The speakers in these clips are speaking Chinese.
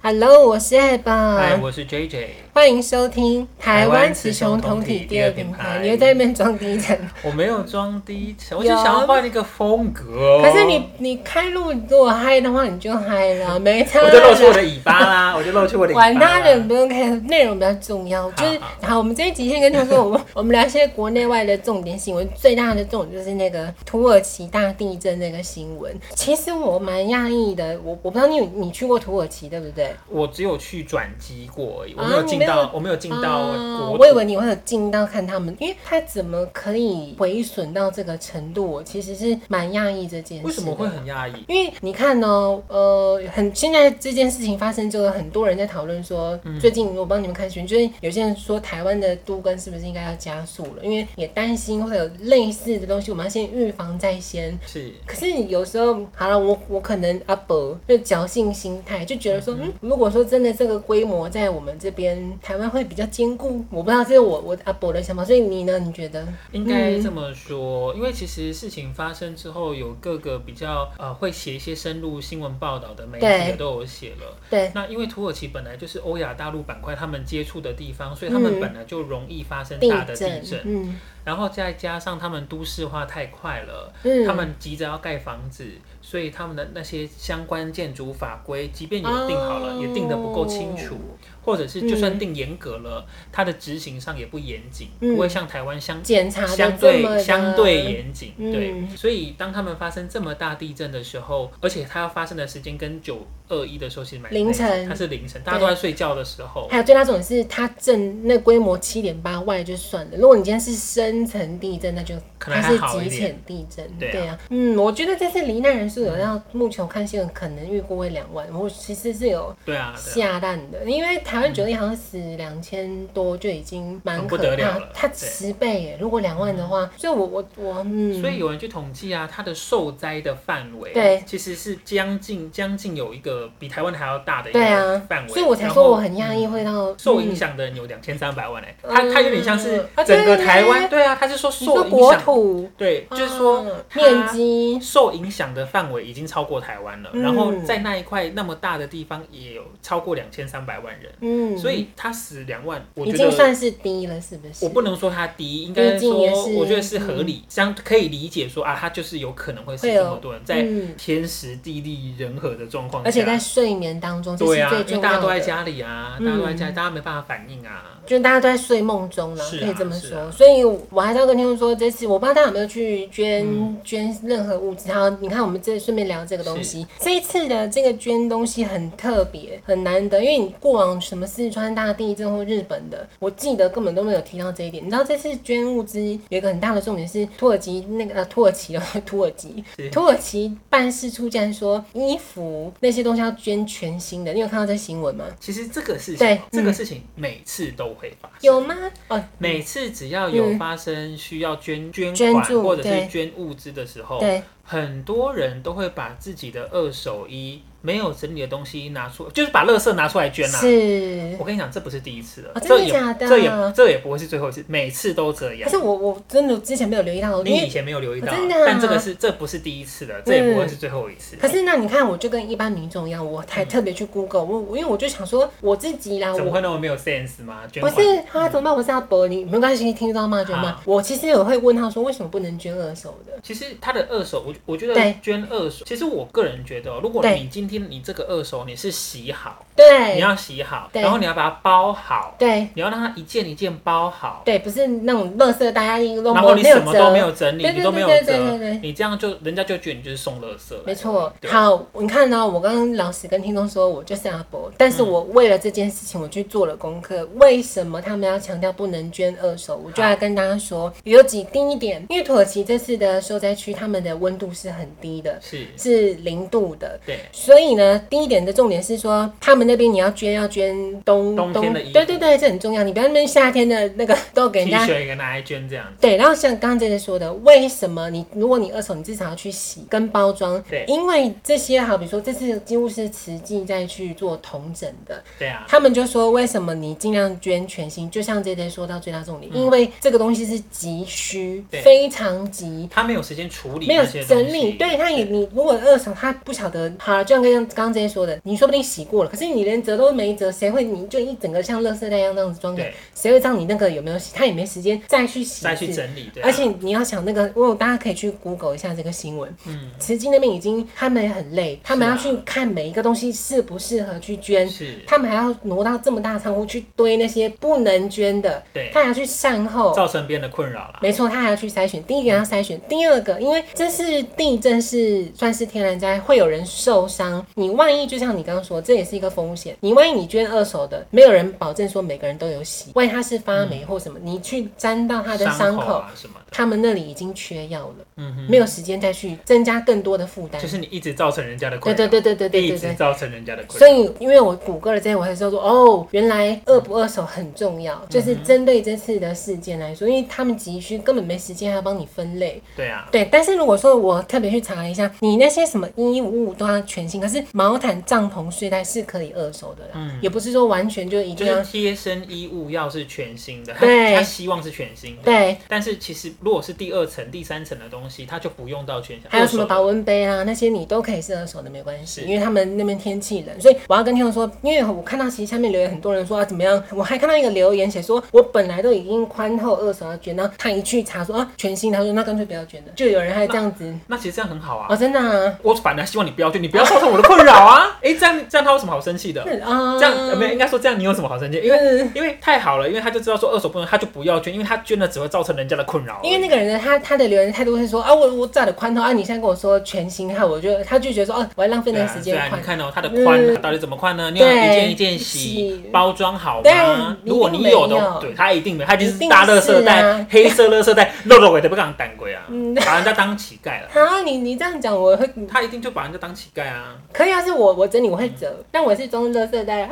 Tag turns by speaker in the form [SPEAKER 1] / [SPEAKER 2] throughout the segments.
[SPEAKER 1] Hello，我是 a 吧，
[SPEAKER 2] 嗨，哎我是 JJ。
[SPEAKER 1] 欢迎收听台湾
[SPEAKER 2] 湾
[SPEAKER 1] 雌
[SPEAKER 2] 雌
[SPEAKER 1] 雄
[SPEAKER 2] 雄
[SPEAKER 1] 同
[SPEAKER 2] 同
[SPEAKER 1] 体
[SPEAKER 2] 体
[SPEAKER 1] 第
[SPEAKER 2] 第
[SPEAKER 1] 二
[SPEAKER 2] 二
[SPEAKER 1] 品
[SPEAKER 2] 品
[SPEAKER 1] 牌
[SPEAKER 2] 牌，
[SPEAKER 1] 你又在那边装第一 层。
[SPEAKER 2] 我没有装第一层，我就
[SPEAKER 1] 有
[SPEAKER 2] 想要换一个风格。
[SPEAKER 1] 可是你，你开路如果嗨的话，你就嗨了，没差啦。
[SPEAKER 2] 我就露出我的尾巴啦，我就露出我的尾巴啦。
[SPEAKER 1] 管他的，不用看内容比较重要。就是好，我们这一集先跟听众说，我们 我们聊一些国内外的重点新闻。最大的重点就是那个土耳其大地震那个新闻。其实我蛮讶异的，我我不知道你有你去过土耳其对不对？
[SPEAKER 2] 我只有去转机过而已，我
[SPEAKER 1] 啊
[SPEAKER 2] 没有进
[SPEAKER 1] 你没有
[SPEAKER 2] 到，我没有进到
[SPEAKER 1] 哦
[SPEAKER 2] 国土。
[SPEAKER 1] 我以为你会有进到看他们，因为他怎么可以毁损到这个程度？我其实是蛮讶异这件事。
[SPEAKER 2] 为什么会？很压抑？
[SPEAKER 1] 因为你看哦，呃，很现在这件事情发生之后，很多人在讨论说，
[SPEAKER 2] 嗯
[SPEAKER 1] 最近我帮你们看新闻，就是有些人说台湾的都更是不是应该要加速了，因为也担心会有类似的东西，我们要先预防在先。
[SPEAKER 2] 是
[SPEAKER 1] 可是有时候，好了，我我可能阿伯就侥幸心态，就觉得说，嗯，如果说真的这个规模在我们这边台湾会比较坚固，我不知道这是我我阿伯的想法，所以你呢？你觉得？
[SPEAKER 2] 应
[SPEAKER 1] 嗯
[SPEAKER 2] 该这么说，因为其实事情发生之后，有各个比较呃会写一些深入新闻报道的媒体
[SPEAKER 1] 对
[SPEAKER 2] 也都有写了。
[SPEAKER 1] 对，
[SPEAKER 2] 那因为土耳其本来就是欧亚大陆板块他们接触的地方，所以他们
[SPEAKER 1] 嗯
[SPEAKER 2] 本来就容易发生
[SPEAKER 1] 地
[SPEAKER 2] 大的
[SPEAKER 1] 震
[SPEAKER 2] 地震，，
[SPEAKER 1] 嗯
[SPEAKER 2] 然后再加上他们都市化太快了，
[SPEAKER 1] 嗯，
[SPEAKER 2] 他们急着要盖房子，所以他们的那些相关建筑法规，即便有定好了，
[SPEAKER 1] 哦
[SPEAKER 2] 也定得不够清楚，或者是就算定严格了，它的执行上也不严谨，
[SPEAKER 1] 嗯
[SPEAKER 2] 不会像台湾相
[SPEAKER 1] 检查得
[SPEAKER 2] 相
[SPEAKER 1] 这么
[SPEAKER 2] 对
[SPEAKER 1] 的
[SPEAKER 2] 相对严谨，
[SPEAKER 1] 嗯
[SPEAKER 2] 对，所以当他们发生这么大地震的时候，而且它发生的时间跟九二一的时候其实蛮
[SPEAKER 1] 凌晨哎
[SPEAKER 2] 它是凌晨，大家都在睡觉的时候，
[SPEAKER 1] 还有最大重点是，它震那规模七点八外就算了，如果你今天是深层地震，那就
[SPEAKER 2] 可能
[SPEAKER 1] 它
[SPEAKER 2] 还
[SPEAKER 1] 是
[SPEAKER 2] 好
[SPEAKER 1] 极
[SPEAKER 2] 一点
[SPEAKER 1] 浅地震。
[SPEAKER 2] 对啊
[SPEAKER 1] 嗯，我觉得这次罹难人数有到目前我看新闻可能预估为两万，我其实是有
[SPEAKER 2] 对啊，对啊
[SPEAKER 1] 下蛋的，因为台湾酒店好像死两千多就已经蛮
[SPEAKER 2] 很
[SPEAKER 1] 可
[SPEAKER 2] 嗯啊不得
[SPEAKER 1] 怕
[SPEAKER 2] 了了，
[SPEAKER 1] 它
[SPEAKER 2] 对嗯
[SPEAKER 1] 十倍耶！如果两万的话，所以我我我嗯，
[SPEAKER 2] 所以有人去统计啊，它的受灾的范围，啊
[SPEAKER 1] 对
[SPEAKER 2] 其实是将近将近有一个比台湾还要大的一
[SPEAKER 1] 对
[SPEAKER 2] 个
[SPEAKER 1] 啊
[SPEAKER 2] 范，围，
[SPEAKER 1] 所以我才
[SPEAKER 2] 然
[SPEAKER 1] 说
[SPEAKER 2] 后
[SPEAKER 1] 我很压抑会到
[SPEAKER 2] 受影
[SPEAKER 1] 嗯
[SPEAKER 2] 响的人有两千三百万哎、
[SPEAKER 1] 嗯
[SPEAKER 2] 它它有点像是
[SPEAKER 1] 啊
[SPEAKER 2] 整
[SPEAKER 1] 对
[SPEAKER 2] 个
[SPEAKER 1] 对
[SPEAKER 2] 台
[SPEAKER 1] 对
[SPEAKER 2] 湾，对啊，它是说
[SPEAKER 1] 嗯你说
[SPEAKER 2] 受影
[SPEAKER 1] 国
[SPEAKER 2] 响，
[SPEAKER 1] 土，
[SPEAKER 2] 对，就是说
[SPEAKER 1] 嗯
[SPEAKER 2] 它
[SPEAKER 1] 面积，
[SPEAKER 2] 受影响的范围已经超过台湾了，
[SPEAKER 1] 嗯
[SPEAKER 2] 然后在那一块那么大的地方也有超过两千三百万人，
[SPEAKER 1] 嗯，
[SPEAKER 2] 所以他死两万，我
[SPEAKER 1] 已
[SPEAKER 2] 觉
[SPEAKER 1] 经
[SPEAKER 2] 得
[SPEAKER 1] 算是低了，是不是？
[SPEAKER 2] 我不能说他低，应该
[SPEAKER 1] 毕竟也
[SPEAKER 2] 说
[SPEAKER 1] 是嗯
[SPEAKER 2] 我觉得是合理，相可以理解说啊，他就是有可能会死
[SPEAKER 1] 会有
[SPEAKER 2] 这么多人，在
[SPEAKER 1] 嗯
[SPEAKER 2] 天时地利人和的状况下，
[SPEAKER 1] 而且在睡眠当中，这
[SPEAKER 2] 对
[SPEAKER 1] 是
[SPEAKER 2] 啊，
[SPEAKER 1] 最
[SPEAKER 2] 因为
[SPEAKER 1] 重
[SPEAKER 2] 大家
[SPEAKER 1] 要
[SPEAKER 2] 都在
[SPEAKER 1] 的。
[SPEAKER 2] 家里啊，
[SPEAKER 1] 嗯
[SPEAKER 2] 大家都在家里，大家没办法反应啊。
[SPEAKER 1] 就是大家都在睡梦中了，
[SPEAKER 2] 是啊
[SPEAKER 1] 可以这么
[SPEAKER 2] 是
[SPEAKER 1] 说。
[SPEAKER 2] 啊
[SPEAKER 1] 所以我还是要跟听众说，这次我不知道大家有没有去捐、
[SPEAKER 2] 嗯
[SPEAKER 1] 捐任何物资。然后你看，我们这顺便聊这个东西。这一次的这个捐东西很特别，很难得，因为你过往什么四川大地震或日本的，我记得根本都没有提到这一点。你知道这次捐物资有一个很大的重点是土耳其那个呃土耳其哦土耳其
[SPEAKER 2] 嗯是
[SPEAKER 1] 土耳其办事处竟然说衣服那些东西要捐全新的，你有看到这新闻吗？
[SPEAKER 2] 其实这个事情
[SPEAKER 1] 对嗯
[SPEAKER 2] 哦，这个事情每次都会发生。
[SPEAKER 1] 有吗？哦，
[SPEAKER 2] 每次只要有
[SPEAKER 1] 嗯
[SPEAKER 2] 发生需要捐捐
[SPEAKER 1] 捐
[SPEAKER 2] 款
[SPEAKER 1] 助
[SPEAKER 2] 或者
[SPEAKER 1] 对
[SPEAKER 2] 是捐物资的时候，
[SPEAKER 1] 对，
[SPEAKER 2] 很多人都会把自己的二手衣没有整理的东西拿出，就是把垃圾拿出来捐啊啦、
[SPEAKER 1] 是
[SPEAKER 2] 我。跟你讲，这不是第一次了，
[SPEAKER 1] 哦真的
[SPEAKER 2] 这也
[SPEAKER 1] 假的
[SPEAKER 2] 这也这也不会是最后一次，每次都这
[SPEAKER 1] 可
[SPEAKER 2] 样
[SPEAKER 1] 是。我我真的之前没有留意到，因
[SPEAKER 2] 你以
[SPEAKER 1] 为
[SPEAKER 2] 前没有留意到，
[SPEAKER 1] 哦真的啊
[SPEAKER 2] 但这个是这不是第一次了，这也不会是最后一次。
[SPEAKER 1] 可是那你看，我就跟一般民众一样，我还特别去 Google，我我因为我就想说我自己啦，
[SPEAKER 2] 怎么
[SPEAKER 1] 啊我
[SPEAKER 2] 会那么没有 sense 吗？捐
[SPEAKER 1] 不
[SPEAKER 2] 款
[SPEAKER 1] 是他怎么办？我是要博你，没关系，听到骂就骂
[SPEAKER 2] 好。
[SPEAKER 1] 我其实有会问他说为什么不能捐二手的？
[SPEAKER 2] 其实他的二手，我我觉
[SPEAKER 1] 对
[SPEAKER 2] 得捐二手，其实我个人觉得哦，如果
[SPEAKER 1] 对
[SPEAKER 2] 你今天你这个二手你是洗好，你
[SPEAKER 1] 对
[SPEAKER 2] 要洗好，
[SPEAKER 1] 对
[SPEAKER 2] 然后你要把它包好，
[SPEAKER 1] 对
[SPEAKER 2] 你要让它一件一件包好，
[SPEAKER 1] 对，不是那种垃圾大家一个都
[SPEAKER 2] 然后你
[SPEAKER 1] 没有
[SPEAKER 2] 什么都
[SPEAKER 1] 折
[SPEAKER 2] 没有整理，
[SPEAKER 1] 对对
[SPEAKER 2] 你都没有
[SPEAKER 1] 对对对对
[SPEAKER 2] 折
[SPEAKER 1] 对，
[SPEAKER 2] 你这样就人家就觉得你就是送垃圾。
[SPEAKER 1] 没错，
[SPEAKER 2] 对
[SPEAKER 1] 好，你看呢、我刚刚老实跟听众说，我就是阿伯，但是我为了这件事情，我去做了功课。为什么他们要强调不能捐二手？我就来跟大家说，有几第一点，因为土耳其这次的受灾区，他们的温度是很低的，
[SPEAKER 2] 是，
[SPEAKER 1] 是零度的。
[SPEAKER 2] 对，
[SPEAKER 1] 所以呢，第一点的重点是说，他们那边你要捐，要捐冬
[SPEAKER 2] 冬天的衣服
[SPEAKER 1] 对对对，这很重要。你不要那边夏天的那个 都给人
[SPEAKER 2] T
[SPEAKER 1] 家
[SPEAKER 2] 恤也拿来捐这样子，
[SPEAKER 1] 对，然后像刚刚姐姐说的，为什么你如果你二手，你至少要去洗跟包装，
[SPEAKER 2] 对
[SPEAKER 1] 因为这些好，比如说这次几乎是慈济在去做同整的，
[SPEAKER 2] 对啊，
[SPEAKER 1] 他们就说为什么你尽量捐全新，就像姐姐说到最大重点，因为这个东西是急需，
[SPEAKER 2] 嗯对
[SPEAKER 1] 非常急。
[SPEAKER 2] 他没有时间处理
[SPEAKER 1] 没有
[SPEAKER 2] 那些东西，
[SPEAKER 1] 整理，对，他也你如果二手，他不晓得，好了，就像跟会像刚刚这些说的，你说不定洗过了，可是你连折都没折，谁会你就一整个像垃圾袋一样那样子装着
[SPEAKER 2] 对，
[SPEAKER 1] 谁会知道你那个有没有洗？他也没时间再去洗一次，
[SPEAKER 2] 再去整理，对啊、
[SPEAKER 1] 而且你要想那个，如果大家可以去 Google 一下这个新闻，
[SPEAKER 2] 嗯，
[SPEAKER 1] 慈济那边已经他们也很累，他们
[SPEAKER 2] 是
[SPEAKER 1] 要
[SPEAKER 2] 啊
[SPEAKER 1] 去看每一个东西适不适合去捐，
[SPEAKER 2] 是
[SPEAKER 1] 他们还要挪到这么大的仓库去堆那些不能捐的，
[SPEAKER 2] 对
[SPEAKER 1] 他还要去善后。
[SPEAKER 2] 造成别人的困扰啦。
[SPEAKER 1] 没错，他还要去筛选。第一个要筛选，第二个，因为这是地震是算是天然灾害，会有人受伤。你万一就像你刚刚说，这也是一个风险。你万一你捐二手的，没有人保证说每个人都有洗，万一他是发霉或什么，你去沾到他的伤口，
[SPEAKER 2] 嗯啊什么的，
[SPEAKER 1] 他们那里已经缺药了，
[SPEAKER 2] 嗯哼，
[SPEAKER 1] 没有时间再去增加更多的负担。
[SPEAKER 2] 就是你一直造成人家的
[SPEAKER 1] 对
[SPEAKER 2] 困扰，
[SPEAKER 1] 对对对对对
[SPEAKER 2] 一
[SPEAKER 1] 对
[SPEAKER 2] 直
[SPEAKER 1] 对。
[SPEAKER 2] 造成人家的困
[SPEAKER 1] 所
[SPEAKER 2] 扰，
[SPEAKER 1] 以，因为我谷歌了这些，我才知道说，哦，原来二不二手很重
[SPEAKER 2] 嗯
[SPEAKER 1] 要。就是针对这次的事件来说，因为他们急需，根本没时间还要帮你分类。
[SPEAKER 2] 对啊，
[SPEAKER 1] 对，但是如果说我特别去查一下，你那些什么衣物都要全新，可是毛毯、帐篷、睡袋是可以二手的啦，
[SPEAKER 2] 嗯
[SPEAKER 1] 也不是说完全就一
[SPEAKER 2] 就
[SPEAKER 1] 定要
[SPEAKER 2] 是。贴身衣物要是全新的，
[SPEAKER 1] 对
[SPEAKER 2] 他希望是全新的，
[SPEAKER 1] 对，
[SPEAKER 2] 但是其实如果是第二层、第三层的东西，它就不用到全新。
[SPEAKER 1] 还有什么
[SPEAKER 2] 二手的
[SPEAKER 1] 保温杯啊，那些你都可以是二手的，没关系，
[SPEAKER 2] 是
[SPEAKER 1] 因为他们那边天气冷，所以我要跟听众说，因为我看到其实下面留言很多人说啊怎么样，我还看到一个留言写说，我本来都已经宽厚二手要捐，然后他一去查说啊全新，他说那干脆不要捐了，就有人还这样子，
[SPEAKER 2] 那其实这样很好啊。
[SPEAKER 1] 哦真的啊，
[SPEAKER 2] 我反而希望你不要去，你不要造成我的困扰啊！哎、这样这样他有什么好生气的？
[SPEAKER 1] 啊
[SPEAKER 2] 这样呃没有，应该说这样你有什么好生气？因为
[SPEAKER 1] 嗯
[SPEAKER 2] 因为太好了，因为他就知道说二手不能，他就不要捐，因为他捐了只会造成人家的困扰而已。
[SPEAKER 1] 因为那个人呢，他他的留言态度是说啊，我我炸的宽厚啊，你现在跟我说全新号，我就他就觉得说哦、我还浪费那
[SPEAKER 2] 对
[SPEAKER 1] 个
[SPEAKER 2] 啊
[SPEAKER 1] 时
[SPEAKER 2] 对
[SPEAKER 1] 间
[SPEAKER 2] 啊，
[SPEAKER 1] 宽
[SPEAKER 2] 你。看哦，它的宽
[SPEAKER 1] 嗯
[SPEAKER 2] 到底怎么宽呢？你
[SPEAKER 1] 对
[SPEAKER 2] 要一件一件洗
[SPEAKER 1] 洗，
[SPEAKER 2] 包装好
[SPEAKER 1] 对
[SPEAKER 2] 吗？
[SPEAKER 1] 你一定
[SPEAKER 2] 如果你有
[SPEAKER 1] 没有
[SPEAKER 2] 的，对，它一定没有，它就
[SPEAKER 1] 一
[SPEAKER 2] 是
[SPEAKER 1] 定
[SPEAKER 2] 大垃圾
[SPEAKER 1] 是
[SPEAKER 2] 袋
[SPEAKER 1] 啊、
[SPEAKER 2] 黑色垃圾袋，肉肉鬼都不敢胆鬼啊
[SPEAKER 1] 嗯，
[SPEAKER 2] 把人家当乞丐了。
[SPEAKER 1] 啊，你你这样讲我会
[SPEAKER 2] 他一定就把人家当乞丐啊！
[SPEAKER 1] 可以啊，是我我整理我会折，但我是装垃圾袋啊。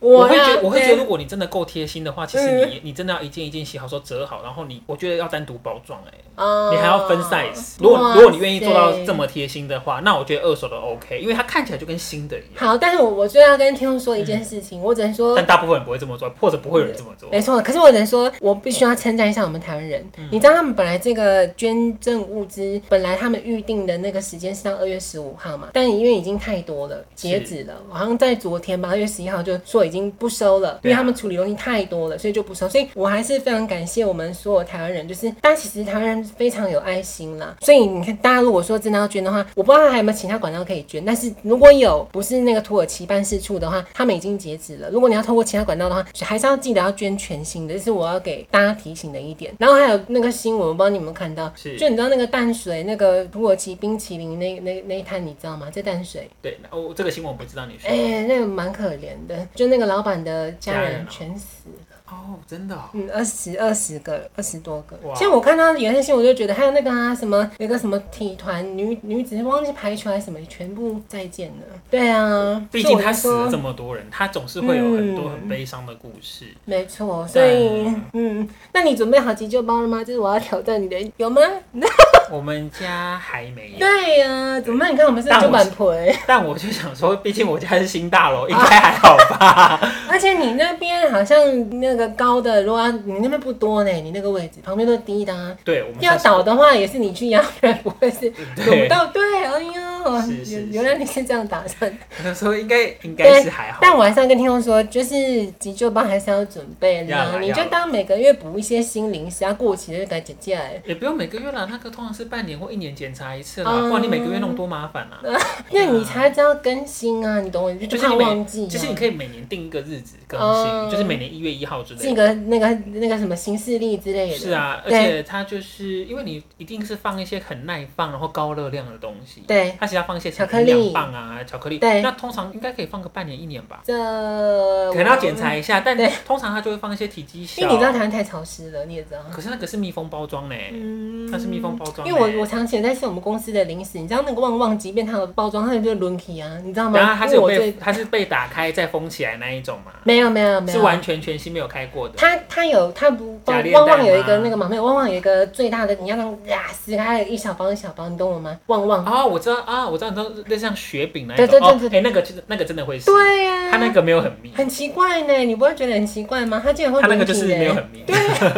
[SPEAKER 2] 我
[SPEAKER 1] 啊
[SPEAKER 2] 会觉 得，我会觉得，
[SPEAKER 1] 对嗯
[SPEAKER 2] 如果你真的够贴心的话，其实你你真的要一件一件洗好，说折好，然后你我觉得要单独包装，哎，
[SPEAKER 1] 哦
[SPEAKER 2] 你还要分 size。如果
[SPEAKER 1] 哇
[SPEAKER 2] 如果你愿意做到
[SPEAKER 1] 塞
[SPEAKER 2] 这么贴心的话，那我觉得二手的 OK，因为它看起来就跟新的一样。
[SPEAKER 1] 好，但是我我就要跟听众说一件事情，我只能说
[SPEAKER 2] 但。大部分人不会这么做，或者不会有人这么做。
[SPEAKER 1] 没错，可是我只能说，我必须要称赞一下我们台湾人。
[SPEAKER 2] 嗯
[SPEAKER 1] 你知道他们本来这个捐赠物资，本来他们预定的那个时间是到二月十五号嘛，但因为已经太多了，截止了，好像在昨天吧，二月十一号就说已经不收了，因
[SPEAKER 2] 对
[SPEAKER 1] 为
[SPEAKER 2] 啊
[SPEAKER 1] 他们处理东西太多了，所以就不收。所以我还是非常感谢我们所有台湾人，就是大家其实台湾人非常有爱心啦。所以你看，大家如果说真的要捐的话，我不知道还有没有其他管道可以捐，但是如果有不是那个土耳其办事处的话，他们已经截止了。如果你要透过其他管道的话，还是要记得要捐全新的，这是我要给大家提醒的一点。然后还有那个新闻，我不知道你有没有看到，
[SPEAKER 2] 是
[SPEAKER 1] 就你知道那个淡水那个土耳其冰淇淋那那那一摊，你知道吗？在淡水。
[SPEAKER 2] 对，那我这个新闻我不知道你说。
[SPEAKER 1] 哎、那个蛮可怜的，就那个老板的家
[SPEAKER 2] 家人
[SPEAKER 1] 人
[SPEAKER 2] 哦
[SPEAKER 1] 全死了。
[SPEAKER 2] 哦，真的、哦，
[SPEAKER 1] 嗯，二十二十个，二十多个。
[SPEAKER 2] 哇
[SPEAKER 1] 其实我看到原来新闻，我就觉得还有那个啊，什么有个什么体团女女子忘记排球还是什么，全部再见了。对啊，
[SPEAKER 2] 毕竟他死
[SPEAKER 1] 所以我
[SPEAKER 2] 了
[SPEAKER 1] 就说。
[SPEAKER 2] 这么多人，他总是会有很多
[SPEAKER 1] 嗯
[SPEAKER 2] 很悲伤的故事。
[SPEAKER 1] 没错，所以嗯，那你准备好急救包了吗？这是我要挑战你的，有吗？
[SPEAKER 2] 我们家还没有，
[SPEAKER 1] 对呀、怎么办？你看我们是
[SPEAKER 2] 但我
[SPEAKER 1] 九板婆，欸
[SPEAKER 2] 但我就想 说，毕竟我家是新大
[SPEAKER 1] 啊
[SPEAKER 2] 楼，应该还好吧？
[SPEAKER 1] 而且你那边好像那个高的，如果要你那边不多呢，你那个位置旁边都是低的啊。
[SPEAKER 2] 对，我们
[SPEAKER 1] 要
[SPEAKER 2] 算是
[SPEAKER 1] 倒的话，也是你去压，不然不会是轮
[SPEAKER 2] 对
[SPEAKER 1] 不到。 对，哎呦，
[SPEAKER 2] 是是
[SPEAKER 1] 原
[SPEAKER 2] 是
[SPEAKER 1] 原来你是这样打算的。
[SPEAKER 2] 我就说应该应该是还好。
[SPEAKER 1] 但我还是要跟听众说，就是急救包还是要准备
[SPEAKER 2] 要
[SPEAKER 1] 啦，
[SPEAKER 2] 啦要啦
[SPEAKER 1] 你就当每个月补一些心灵，只要过期的就该减价来。
[SPEAKER 2] 也不用每个月啦，那个通常是半年或一年检查一次啦，
[SPEAKER 1] 嗯
[SPEAKER 2] 不然你每个月弄多麻烦啊。
[SPEAKER 1] 那你才知道更新啊，你懂我，你
[SPEAKER 2] 就
[SPEAKER 1] 就是怕
[SPEAKER 2] 你
[SPEAKER 1] 忘
[SPEAKER 2] 每，
[SPEAKER 1] 记、啊。
[SPEAKER 2] 就是你可以每年定一个日子更
[SPEAKER 1] 嗯
[SPEAKER 2] 新，就是每年一月一号之类
[SPEAKER 1] 记
[SPEAKER 2] 的。
[SPEAKER 1] 个那个那个什么新势力之类的。
[SPEAKER 2] 是啊，而
[SPEAKER 1] 对
[SPEAKER 2] 且它就是因为你一定是放一些很耐放，然后高热量的东西。
[SPEAKER 1] 对，
[SPEAKER 2] 它其实要放一些
[SPEAKER 1] 巧
[SPEAKER 2] 巧
[SPEAKER 1] 克
[SPEAKER 2] 克
[SPEAKER 1] 力
[SPEAKER 2] 力棒啊，巧克力。
[SPEAKER 1] 对
[SPEAKER 2] 那通常应该可以放个半年一年吧，
[SPEAKER 1] 这
[SPEAKER 2] 可
[SPEAKER 1] 我
[SPEAKER 2] 能要检查，一下。但
[SPEAKER 1] 对
[SPEAKER 2] 通常它就会放一些体积小。
[SPEAKER 1] 因为你知道台湾太潮湿了，你也知道。
[SPEAKER 2] 可是那个是密封包装呢，
[SPEAKER 1] 嗯
[SPEAKER 2] 那是密封包装呢。
[SPEAKER 1] 因为我我长期有在吃我们公司的零食，你知道那个旺旺，即便它的包装，它就是轮体啊，你知道吗？
[SPEAKER 2] 然后它是
[SPEAKER 1] 因
[SPEAKER 2] 有
[SPEAKER 1] 为我
[SPEAKER 2] 被
[SPEAKER 1] 最
[SPEAKER 2] 它是被打开再封起来那一种嘛，
[SPEAKER 1] 没有没有没有，
[SPEAKER 2] 是完全全新没有开过的。
[SPEAKER 1] 它它有它不
[SPEAKER 2] 假
[SPEAKER 1] 旺
[SPEAKER 2] 链带
[SPEAKER 1] 旺
[SPEAKER 2] 吗
[SPEAKER 1] 旺有一个那个嘛，没有旺旺有一个最大的，你要让呀撕开一小包一小包，你懂我吗？旺旺
[SPEAKER 2] 哦，我知道啊、啊，我知道你说类似像雪饼那一
[SPEAKER 1] 对对
[SPEAKER 2] 种，
[SPEAKER 1] 对
[SPEAKER 2] 哦
[SPEAKER 1] 对
[SPEAKER 2] 哎，那个就是那个真的会吃，
[SPEAKER 1] 对呀、
[SPEAKER 2] 它那个没有很密，
[SPEAKER 1] 很奇怪呢，你不会觉得很奇怪吗？他竟然会
[SPEAKER 2] 它那个
[SPEAKER 1] 裸体
[SPEAKER 2] 就是
[SPEAKER 1] 呢
[SPEAKER 2] 没有很密。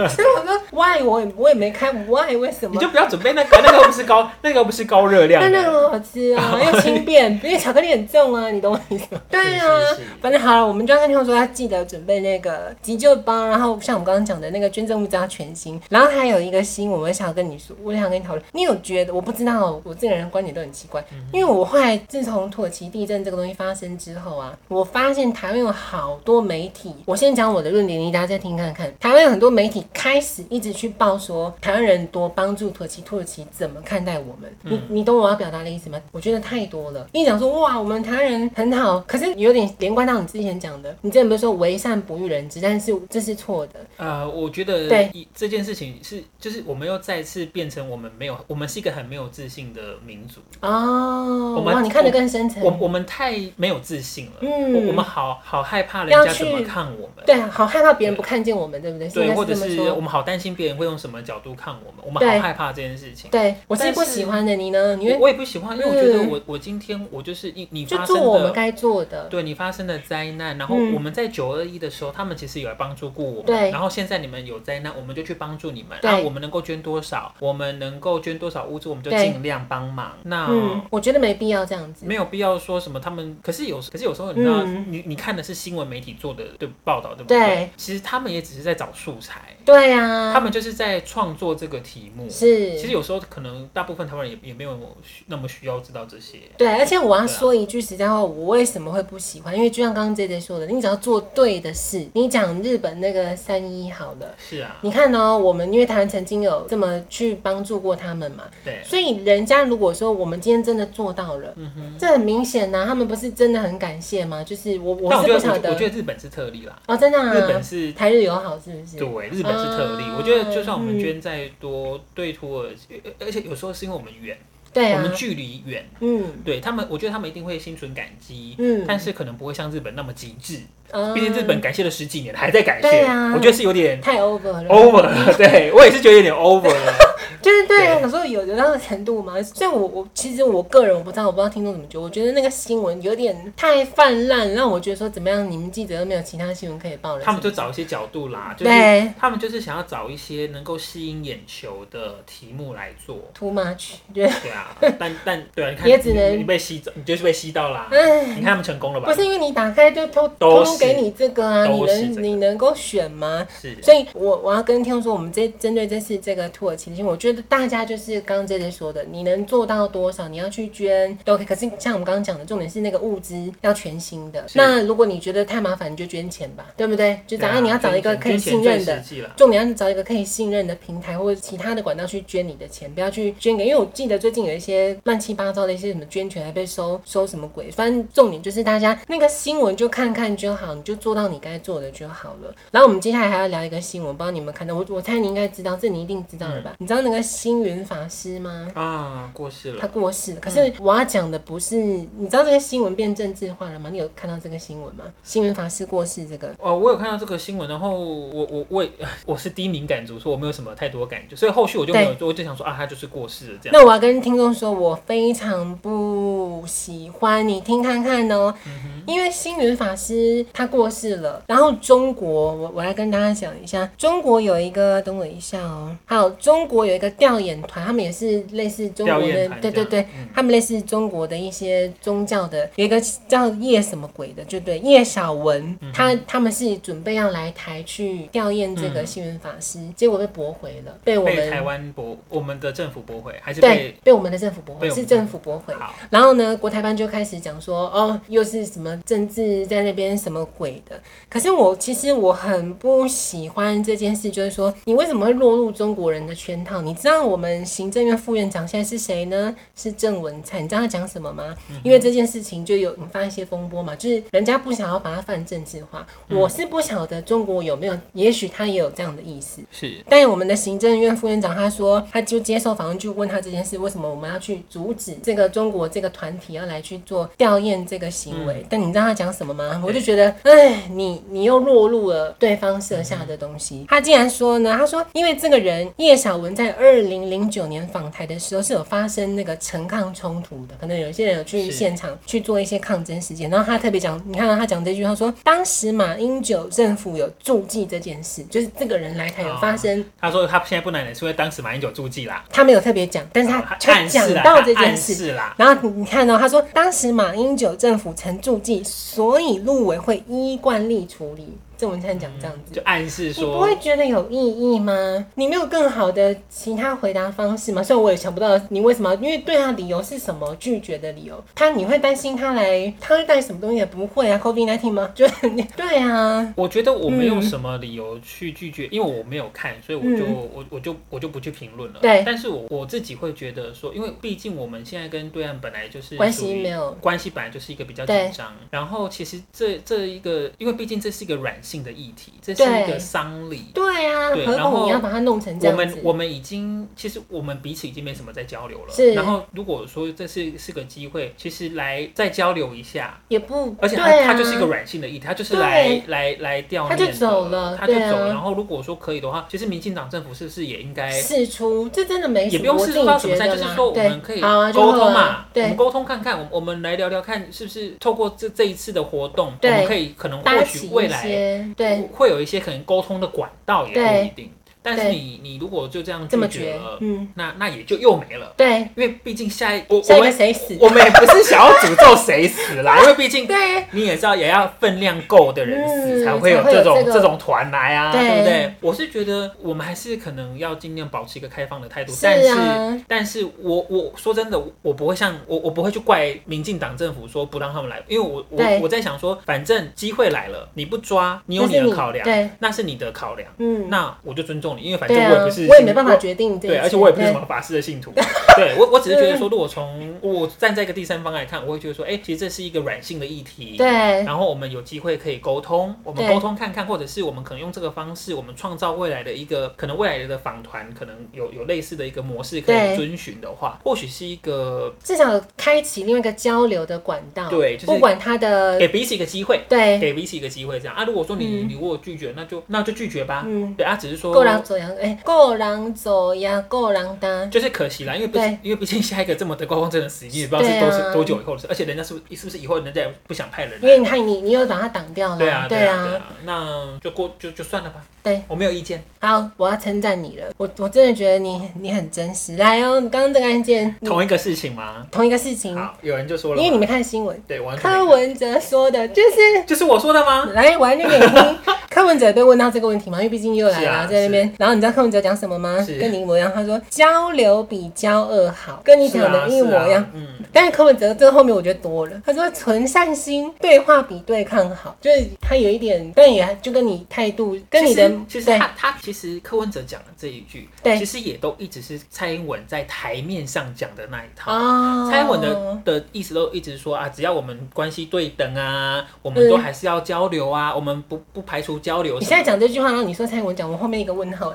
[SPEAKER 1] 所以我说 why 我也我也没开 why 为什
[SPEAKER 2] 你
[SPEAKER 1] 么
[SPEAKER 2] 就？不要准备那个，那个不是高，那个不是高热量
[SPEAKER 1] 但那个
[SPEAKER 2] 的。
[SPEAKER 1] 很好吃 啊，又轻便，因为巧克力很重啊，你懂我意思吗？对啊
[SPEAKER 2] 是是，
[SPEAKER 1] 反正好了，我们就要跟听众说要记得准备那个急救包，然后像我们刚刚讲的那个捐赠物资要全新，然后还有一个新，我想要跟你说，我想跟你讨论，你有觉得我不知道，我这个人观点都很奇怪，因为我后来自从土耳其地震这个东西发生之后啊，我发现台湾有好多媒体，我先讲我的论点，你大家再听看看。台湾有很多媒体开始一直去报说台湾人多帮助土耳其，土耳其怎么看待我们？
[SPEAKER 2] 嗯
[SPEAKER 1] 你你懂我要表达的意思吗？我觉得太多了。一讲说哇，我们台湾人很好，可是有点连贯到你之前讲的，你之前不是说为善不欲人知，但是这是错的。
[SPEAKER 2] 呃，我觉得
[SPEAKER 1] 对
[SPEAKER 2] 一这件事情是，就是我们又再次变成我们没有，我们是一个很没有自信的民族。
[SPEAKER 1] 哦
[SPEAKER 2] 我，们
[SPEAKER 1] 哇，你看得更深层
[SPEAKER 2] 我。我们太没有自信了，
[SPEAKER 1] 嗯
[SPEAKER 2] 我我们好好害怕人
[SPEAKER 1] 要
[SPEAKER 2] 家
[SPEAKER 1] 去
[SPEAKER 2] 怎么看我们，
[SPEAKER 1] 对，啊好害怕别人不看见我们，对不对？
[SPEAKER 2] 对，
[SPEAKER 1] 应该
[SPEAKER 2] 或者
[SPEAKER 1] 这么
[SPEAKER 2] 是
[SPEAKER 1] 说
[SPEAKER 2] 我们好担心别人会用什么角度看我们，我们
[SPEAKER 1] 对
[SPEAKER 2] 好害怕这件事情。
[SPEAKER 1] 对我是
[SPEAKER 2] 但
[SPEAKER 1] 不
[SPEAKER 2] 是
[SPEAKER 1] 喜欢的，你呢？你会
[SPEAKER 2] 我我也不喜欢，因为我觉得
[SPEAKER 1] 嗯
[SPEAKER 2] 我我今天我就是你你
[SPEAKER 1] 就
[SPEAKER 2] 发生
[SPEAKER 1] 做我们
[SPEAKER 2] 的，
[SPEAKER 1] 该做的。
[SPEAKER 2] 对你发生的灾难，然后
[SPEAKER 1] 嗯
[SPEAKER 2] 我们在九二一的时候，他们其实有来帮助过我们，
[SPEAKER 1] 对
[SPEAKER 2] 然后现在你们有灾难，我们就去帮助你们，
[SPEAKER 1] 对
[SPEAKER 2] 然后我们能够捐多少，我们能够捐多少物资，我们就
[SPEAKER 1] 对
[SPEAKER 2] 尽量帮忙。那
[SPEAKER 1] 嗯，我觉得没必要这样子。
[SPEAKER 2] 没有必要说什么他们，可是有，可是有时候你知道，
[SPEAKER 1] 嗯
[SPEAKER 2] 你你看的是新闻媒体做的对报道，对不
[SPEAKER 1] 对
[SPEAKER 2] 其实他们也只是在找素材，
[SPEAKER 1] 对啊，
[SPEAKER 2] 他们就是在创作这个题目。其实
[SPEAKER 1] 是。
[SPEAKER 2] 有时候可能大部分台湾人也也没有需那么需要知道这些。
[SPEAKER 1] 对，而且我要
[SPEAKER 2] 对啊
[SPEAKER 1] 说一句实在话，我为什么会不喜欢？因为就像刚刚 J J 说的，你只要做对的事。你讲日本那个三一好了，
[SPEAKER 2] 是啊，
[SPEAKER 1] 你看哦，我们因为台湾曾经有这么去帮助过他们嘛，
[SPEAKER 2] 对，
[SPEAKER 1] 所以人家如果说我们今天真的做到了，
[SPEAKER 2] 嗯哼。
[SPEAKER 1] 这很明显啊呐、他们不是真的很感谢吗？就是我
[SPEAKER 2] 但
[SPEAKER 1] 我是
[SPEAKER 2] 我觉
[SPEAKER 1] 不
[SPEAKER 2] 得
[SPEAKER 1] 晓得
[SPEAKER 2] 我觉得我觉得日本是特例啦，
[SPEAKER 1] 哦，真的、啊，
[SPEAKER 2] 日本是
[SPEAKER 1] 台日友好是不是？
[SPEAKER 2] 对，日本是特例。
[SPEAKER 1] 啊
[SPEAKER 2] 我觉得就算我们
[SPEAKER 1] 嗯
[SPEAKER 2] 捐再多，对土耳其，而而且有时候是因为我们远，
[SPEAKER 1] 对
[SPEAKER 2] 我
[SPEAKER 1] 啊
[SPEAKER 2] 们，距离远，
[SPEAKER 1] 嗯
[SPEAKER 2] 对他们，我觉得他们一定会心存感激，
[SPEAKER 1] 嗯，
[SPEAKER 2] 但是可能不会像日本那么极致。
[SPEAKER 1] 嗯
[SPEAKER 2] 毕竟日本感谢了十几年，还在感
[SPEAKER 1] 对
[SPEAKER 2] 谢，
[SPEAKER 1] 啊
[SPEAKER 2] 我觉得是有点
[SPEAKER 1] 太 over 了
[SPEAKER 2] over 了。 对我也是觉得有点 over 了。
[SPEAKER 1] 就是对啊，
[SPEAKER 2] 对
[SPEAKER 1] 有时候有有到的程度嘛。所以我我其实我个人我不知道，我不知道听众怎么觉得，我觉得那个新闻有点太泛滥，让我觉得说怎么样，你们记者都没有其他新闻可以报了。
[SPEAKER 2] 他们就找一些角度啦，就是
[SPEAKER 1] 对
[SPEAKER 2] 他们就是想要找一些能够吸引眼球的题目来做。
[SPEAKER 1] too much，觉得
[SPEAKER 2] 对啊，但但对啊，你看
[SPEAKER 1] 也只能
[SPEAKER 2] 你你被吸走，你就是被吸到啦。
[SPEAKER 1] 唉
[SPEAKER 2] 你看他们成功了吧
[SPEAKER 1] 哎不？是因为你打开就偷偷
[SPEAKER 2] 都是
[SPEAKER 1] 偷给你这个啊，你
[SPEAKER 2] 都是这
[SPEAKER 1] 能
[SPEAKER 2] 个
[SPEAKER 1] 你能够选吗？
[SPEAKER 2] 是
[SPEAKER 1] 所以我我要跟听众说，我们这针对这次这个土耳其的新闻，我觉得大家就是刚刚姐姐说的，你能做到多少，你要去捐都 OK。可是像我们刚刚讲的，重点是那个物资要全新的。
[SPEAKER 2] 是
[SPEAKER 1] 那如果你觉得太麻烦，你就捐钱吧，对不对？就
[SPEAKER 2] 对
[SPEAKER 1] 反
[SPEAKER 2] 啊
[SPEAKER 1] 正你要找一个
[SPEAKER 2] 捐
[SPEAKER 1] 可以
[SPEAKER 2] 捐钱
[SPEAKER 1] 信任
[SPEAKER 2] 最
[SPEAKER 1] 的
[SPEAKER 2] 实。际啦
[SPEAKER 1] 重点要找一个可以信任的平台或者其他的管道去捐你的钱，不要去捐给，因为我记得最近有一些乱七八糟的一些什么捐钱还被收收什么鬼，反正重点就是大家那个新闻就看看就好，你就做到你该做的就好了。然后我们接下来还要聊一个新闻，不知道你们看到，我我猜你应该知道，这你一定知道了吧？你知道那个星云法师吗？
[SPEAKER 2] 啊，过世
[SPEAKER 1] 他
[SPEAKER 2] 了。
[SPEAKER 1] 过世了，可是我要讲的不是，你知道这个新闻变政治化了吗？你有看到这个新闻吗？星云法师过世这个，
[SPEAKER 2] 哦，我有看到这个新闻，然后我我我也 我是低敏感族，所以我没有什么太多感觉，所以后续我就没有，我就想说啊，他就是过世了这样。
[SPEAKER 1] 那我要跟听众说，我非常不喜欢你听看看哦，
[SPEAKER 2] 嗯
[SPEAKER 1] 因为星云法师他过世了，然后中国，我我来跟大家讲一下，中国有一个，等我一下哦，还有中国有一个吊演团，他们也是类似中国
[SPEAKER 2] 吊
[SPEAKER 1] 的
[SPEAKER 2] 唁，团
[SPEAKER 1] 对对
[SPEAKER 2] 这
[SPEAKER 1] 对
[SPEAKER 2] 样嗯，
[SPEAKER 1] 他们类似中国的一些宗教的，有一个叫叶什么鬼的，就对叶小文，
[SPEAKER 2] 嗯
[SPEAKER 1] 他他们是准备要来台去吊唁这个
[SPEAKER 2] 嗯
[SPEAKER 1] 星云法师，结果被驳回了，被我
[SPEAKER 2] 被
[SPEAKER 1] 们
[SPEAKER 2] 台湾驳，我们的政府驳回，还是
[SPEAKER 1] 对
[SPEAKER 2] 被，
[SPEAKER 1] 被我们的政府驳回，
[SPEAKER 2] 被我们
[SPEAKER 1] 是政府驳回。
[SPEAKER 2] 好
[SPEAKER 1] 然后呢，国台办就开始讲说，哦，又是什么政治在那边什么鬼的。可是我其实我很不喜欢这件事，就是说你为什么会落入中国人的圈套？你知道我们行政院副院长现在是谁呢？是郑文灿。你知道他讲什么吗？
[SPEAKER 2] 嗯
[SPEAKER 1] 因为这件事情就有引发一些风波嘛，就是人家不想要把它泛政治化。
[SPEAKER 2] 嗯
[SPEAKER 1] 我是不晓得中国有没有，也许他也有这样的意思。
[SPEAKER 2] 是
[SPEAKER 1] 但我们的行政院副院长他说，他就接受访问就问他这件事，为什么我们要去阻止这个中国这个团体要来去做吊唁这个行为？但你知道他讲什么吗？我就觉得，哎，你你又落入了对方设下的东西。他竟然说呢，他说因为这个人叶小文在二零零九年。年访台的时候是有发生那个陈抗冲突的，可能有些人有去
[SPEAKER 2] 是
[SPEAKER 1] 现场去做一些抗争事件，然后他特别讲，你看到他讲这句话说，当时马英九政府有注记这件事，就是这个人来台有
[SPEAKER 2] 哦
[SPEAKER 1] 发生，
[SPEAKER 2] 他说他现在不能来，是因为当时马英九注记啦，
[SPEAKER 1] 他没有特别讲，但是他他
[SPEAKER 2] 哦暗示
[SPEAKER 1] 讲
[SPEAKER 2] 啦，
[SPEAKER 1] 到这
[SPEAKER 2] 他
[SPEAKER 1] 件
[SPEAKER 2] 暗
[SPEAKER 1] 事。
[SPEAKER 2] 示啦，
[SPEAKER 1] 然后你看到、他说，当时马英九政府曾注记，所以陆委会依惯例处理。郑文灿讲这样子，
[SPEAKER 2] 嗯就暗示
[SPEAKER 1] 你不
[SPEAKER 2] 说
[SPEAKER 1] 会觉得有意义吗？你没有更好的其他回答方式吗？虽然我也想不到你为什么要，因为对他理由是什么拒绝的理由？他你会担心他来，他会带什么东西？也不会啊，COVID nineteen 吗？ 就是你对啊，
[SPEAKER 2] 我觉得我没有
[SPEAKER 1] 嗯
[SPEAKER 2] 什么理由去拒绝，因为我没有看，所以我
[SPEAKER 1] 嗯
[SPEAKER 2] 就、我我就我就不去评论了。
[SPEAKER 1] 对
[SPEAKER 2] 但是我我自己会觉得说，因为毕竟我们现在跟对岸本来就是
[SPEAKER 1] 关系
[SPEAKER 2] 嗯属于
[SPEAKER 1] 没有
[SPEAKER 2] 关系，本来就是一个比较
[SPEAKER 1] 对
[SPEAKER 2] 紧张。然后其实这这一个，因为毕竟这是一个软性的议题，这是一
[SPEAKER 1] 对
[SPEAKER 2] 个丧礼。
[SPEAKER 1] 对啊，
[SPEAKER 2] 对
[SPEAKER 1] 何
[SPEAKER 2] 然
[SPEAKER 1] 苦
[SPEAKER 2] 后
[SPEAKER 1] 你要把它弄成这
[SPEAKER 2] 我
[SPEAKER 1] 样
[SPEAKER 2] 们
[SPEAKER 1] 子？
[SPEAKER 2] 我们已经其实我们彼此已经没什么在交流了。
[SPEAKER 1] 是
[SPEAKER 2] 然后如果说这是是个机会，其实来再交流一下，
[SPEAKER 1] 也不，
[SPEAKER 2] 而且它、
[SPEAKER 1] 对啊
[SPEAKER 2] 它就是一个软性的议题，它就是
[SPEAKER 1] 对
[SPEAKER 2] 来来来掉
[SPEAKER 1] 它
[SPEAKER 2] 念
[SPEAKER 1] 就
[SPEAKER 2] 的，
[SPEAKER 1] 走了
[SPEAKER 2] 它就走
[SPEAKER 1] 对啊
[SPEAKER 2] 了。然后如果说可以的话，其实民进党政府是不是也应该？
[SPEAKER 1] 试出，这真的没什么，
[SPEAKER 2] 哎也不用
[SPEAKER 1] 我
[SPEAKER 2] 试
[SPEAKER 1] 自
[SPEAKER 2] 出
[SPEAKER 1] 己
[SPEAKER 2] 到什么
[SPEAKER 1] 觉
[SPEAKER 2] 赛，
[SPEAKER 1] 得
[SPEAKER 2] 就是
[SPEAKER 1] 啦
[SPEAKER 2] 说我
[SPEAKER 1] 对
[SPEAKER 2] 们可以
[SPEAKER 1] 好啊就
[SPEAKER 2] 沟
[SPEAKER 1] 好
[SPEAKER 2] 通
[SPEAKER 1] 啊
[SPEAKER 2] 嘛，我们
[SPEAKER 1] 对。
[SPEAKER 2] 沟通看看，我们我们来聊聊看，是不是透过这这一次的活动，我
[SPEAKER 1] 对
[SPEAKER 2] 们可以可能
[SPEAKER 1] 搭
[SPEAKER 2] 或
[SPEAKER 1] 起
[SPEAKER 2] 许
[SPEAKER 1] 一
[SPEAKER 2] 未来
[SPEAKER 1] 些对
[SPEAKER 2] 会有一些可能沟通的管道也不
[SPEAKER 1] 对
[SPEAKER 2] 一定。但是
[SPEAKER 1] 对
[SPEAKER 2] 你你如果就这样
[SPEAKER 1] 这么
[SPEAKER 2] 拒绝
[SPEAKER 1] 绝
[SPEAKER 2] 了，，
[SPEAKER 1] 嗯，
[SPEAKER 2] 那那也就又没了，
[SPEAKER 1] 对，
[SPEAKER 2] 因为毕竟下一我
[SPEAKER 1] 下一
[SPEAKER 2] 我
[SPEAKER 1] 个
[SPEAKER 2] 们
[SPEAKER 1] 谁死？
[SPEAKER 2] 我们也不是想要诅咒谁死啦，因为毕竟
[SPEAKER 1] 对，啊
[SPEAKER 2] 你也知道，也要分量够的人死、
[SPEAKER 1] 嗯
[SPEAKER 2] 才会有
[SPEAKER 1] 才会有
[SPEAKER 2] 这种
[SPEAKER 1] 这个
[SPEAKER 2] 这种团来啊，
[SPEAKER 1] 对
[SPEAKER 2] 对不对？我是觉得我们还是可能要尽量保持一个开放的态度，
[SPEAKER 1] 是
[SPEAKER 2] 但
[SPEAKER 1] 啊
[SPEAKER 2] 是但是我我说真的，我不会像我我不会去怪民进党政府说不让他们来，因为我我
[SPEAKER 1] 对
[SPEAKER 2] 我在想说，反正机会来了，你不抓，你有
[SPEAKER 1] 那
[SPEAKER 2] 你
[SPEAKER 1] 是
[SPEAKER 2] 的考量，
[SPEAKER 1] 对，
[SPEAKER 2] 那是你的考量，
[SPEAKER 1] 嗯，
[SPEAKER 2] 那我就尊重你，因为反正
[SPEAKER 1] 对
[SPEAKER 2] 我也
[SPEAKER 1] 啊
[SPEAKER 2] 不是，，
[SPEAKER 1] 我也没办法决定这一
[SPEAKER 2] 对，
[SPEAKER 1] 切，
[SPEAKER 2] 而且我也不是什
[SPEAKER 1] 对
[SPEAKER 2] 么法师的信徒， 对我我只是觉
[SPEAKER 1] 嗯
[SPEAKER 2] 得说，如果从我站在一个第三方来看，我会觉得说，哎、其实这是一个软性的议题，
[SPEAKER 1] 对
[SPEAKER 2] 然后我们有机会可以沟通，我们
[SPEAKER 1] 对
[SPEAKER 2] 沟通看看，或者是我们可能用这个方式，我们创造未来的一个可能未来的访团，可能有有类似的一个模式可以
[SPEAKER 1] 对
[SPEAKER 2] 遵循的话，或许是一个
[SPEAKER 1] 至少开启另外一个交流的管道。
[SPEAKER 2] 对就是
[SPEAKER 1] 嗯不管他的
[SPEAKER 2] 给彼此一个机会，
[SPEAKER 1] 对，
[SPEAKER 2] 给彼此一个机会这样啊。如果说你、
[SPEAKER 1] 嗯
[SPEAKER 2] 你如果拒绝，那就那就拒绝吧，
[SPEAKER 1] 嗯，
[SPEAKER 2] 对啊，只是说
[SPEAKER 1] 够狼走羊，哎，够狼走呀，够狼搭，
[SPEAKER 2] 就是可惜啦，因为毕
[SPEAKER 1] 对
[SPEAKER 2] 因为毕竟下一个这么德高望重的死，你也不知道是
[SPEAKER 1] 对
[SPEAKER 2] 多
[SPEAKER 1] 啊
[SPEAKER 2] 是、多久以后的事，而且人家是不是是不是以后人家也不想派人
[SPEAKER 1] 因
[SPEAKER 2] 来？
[SPEAKER 1] 为你看你，你又把他挡掉了，
[SPEAKER 2] 对啊，对
[SPEAKER 1] 对
[SPEAKER 2] 啊，对啊，那就过就就算了吧。
[SPEAKER 1] 对，
[SPEAKER 2] 我没有意见。
[SPEAKER 1] 好，我要称赞你了，我我真的觉得你你很真实。来哦，你刚刚这个案件，你
[SPEAKER 2] 同一个事情吗？
[SPEAKER 1] 同一个事情，
[SPEAKER 2] 好，有人就说了嘛，
[SPEAKER 1] 嗯因为你没看新闻，
[SPEAKER 2] 对完全没
[SPEAKER 1] 柯文哲说的就是。
[SPEAKER 2] 就是我说的吗？
[SPEAKER 1] 来，我要念给你 听。柯文哲被问到这个问题嘛，因为毕竟又来
[SPEAKER 2] 是
[SPEAKER 1] 了，
[SPEAKER 2] 啊
[SPEAKER 1] 在那边。然后你知道柯文哲讲什么吗？
[SPEAKER 2] 是
[SPEAKER 1] 跟你一模一样，他说交流比交恶好，跟你
[SPEAKER 2] 是
[SPEAKER 1] 讲
[SPEAKER 2] 啊
[SPEAKER 1] 的一模一
[SPEAKER 2] 是
[SPEAKER 1] 样。
[SPEAKER 2] 啊嗯，
[SPEAKER 1] 但是柯文哲这后面我觉得多了，他说存善心，对话比对抗好，就是他有一点，但也就跟你态度，跟你的
[SPEAKER 2] 其实其实
[SPEAKER 1] 对
[SPEAKER 2] 他他其实柯文哲讲的这一句，
[SPEAKER 1] 对
[SPEAKER 2] 其实也都一直是蔡英文在台面上讲的那一套。
[SPEAKER 1] 哦
[SPEAKER 2] 蔡英文的的意思都一直说啊，只要我们关系对等啊，我们都
[SPEAKER 1] 嗯
[SPEAKER 2] 还是要交流啊，我们不不排除交流什么的。
[SPEAKER 1] 你现在讲这句话，然后你说蔡英文讲，我后面一个问 号，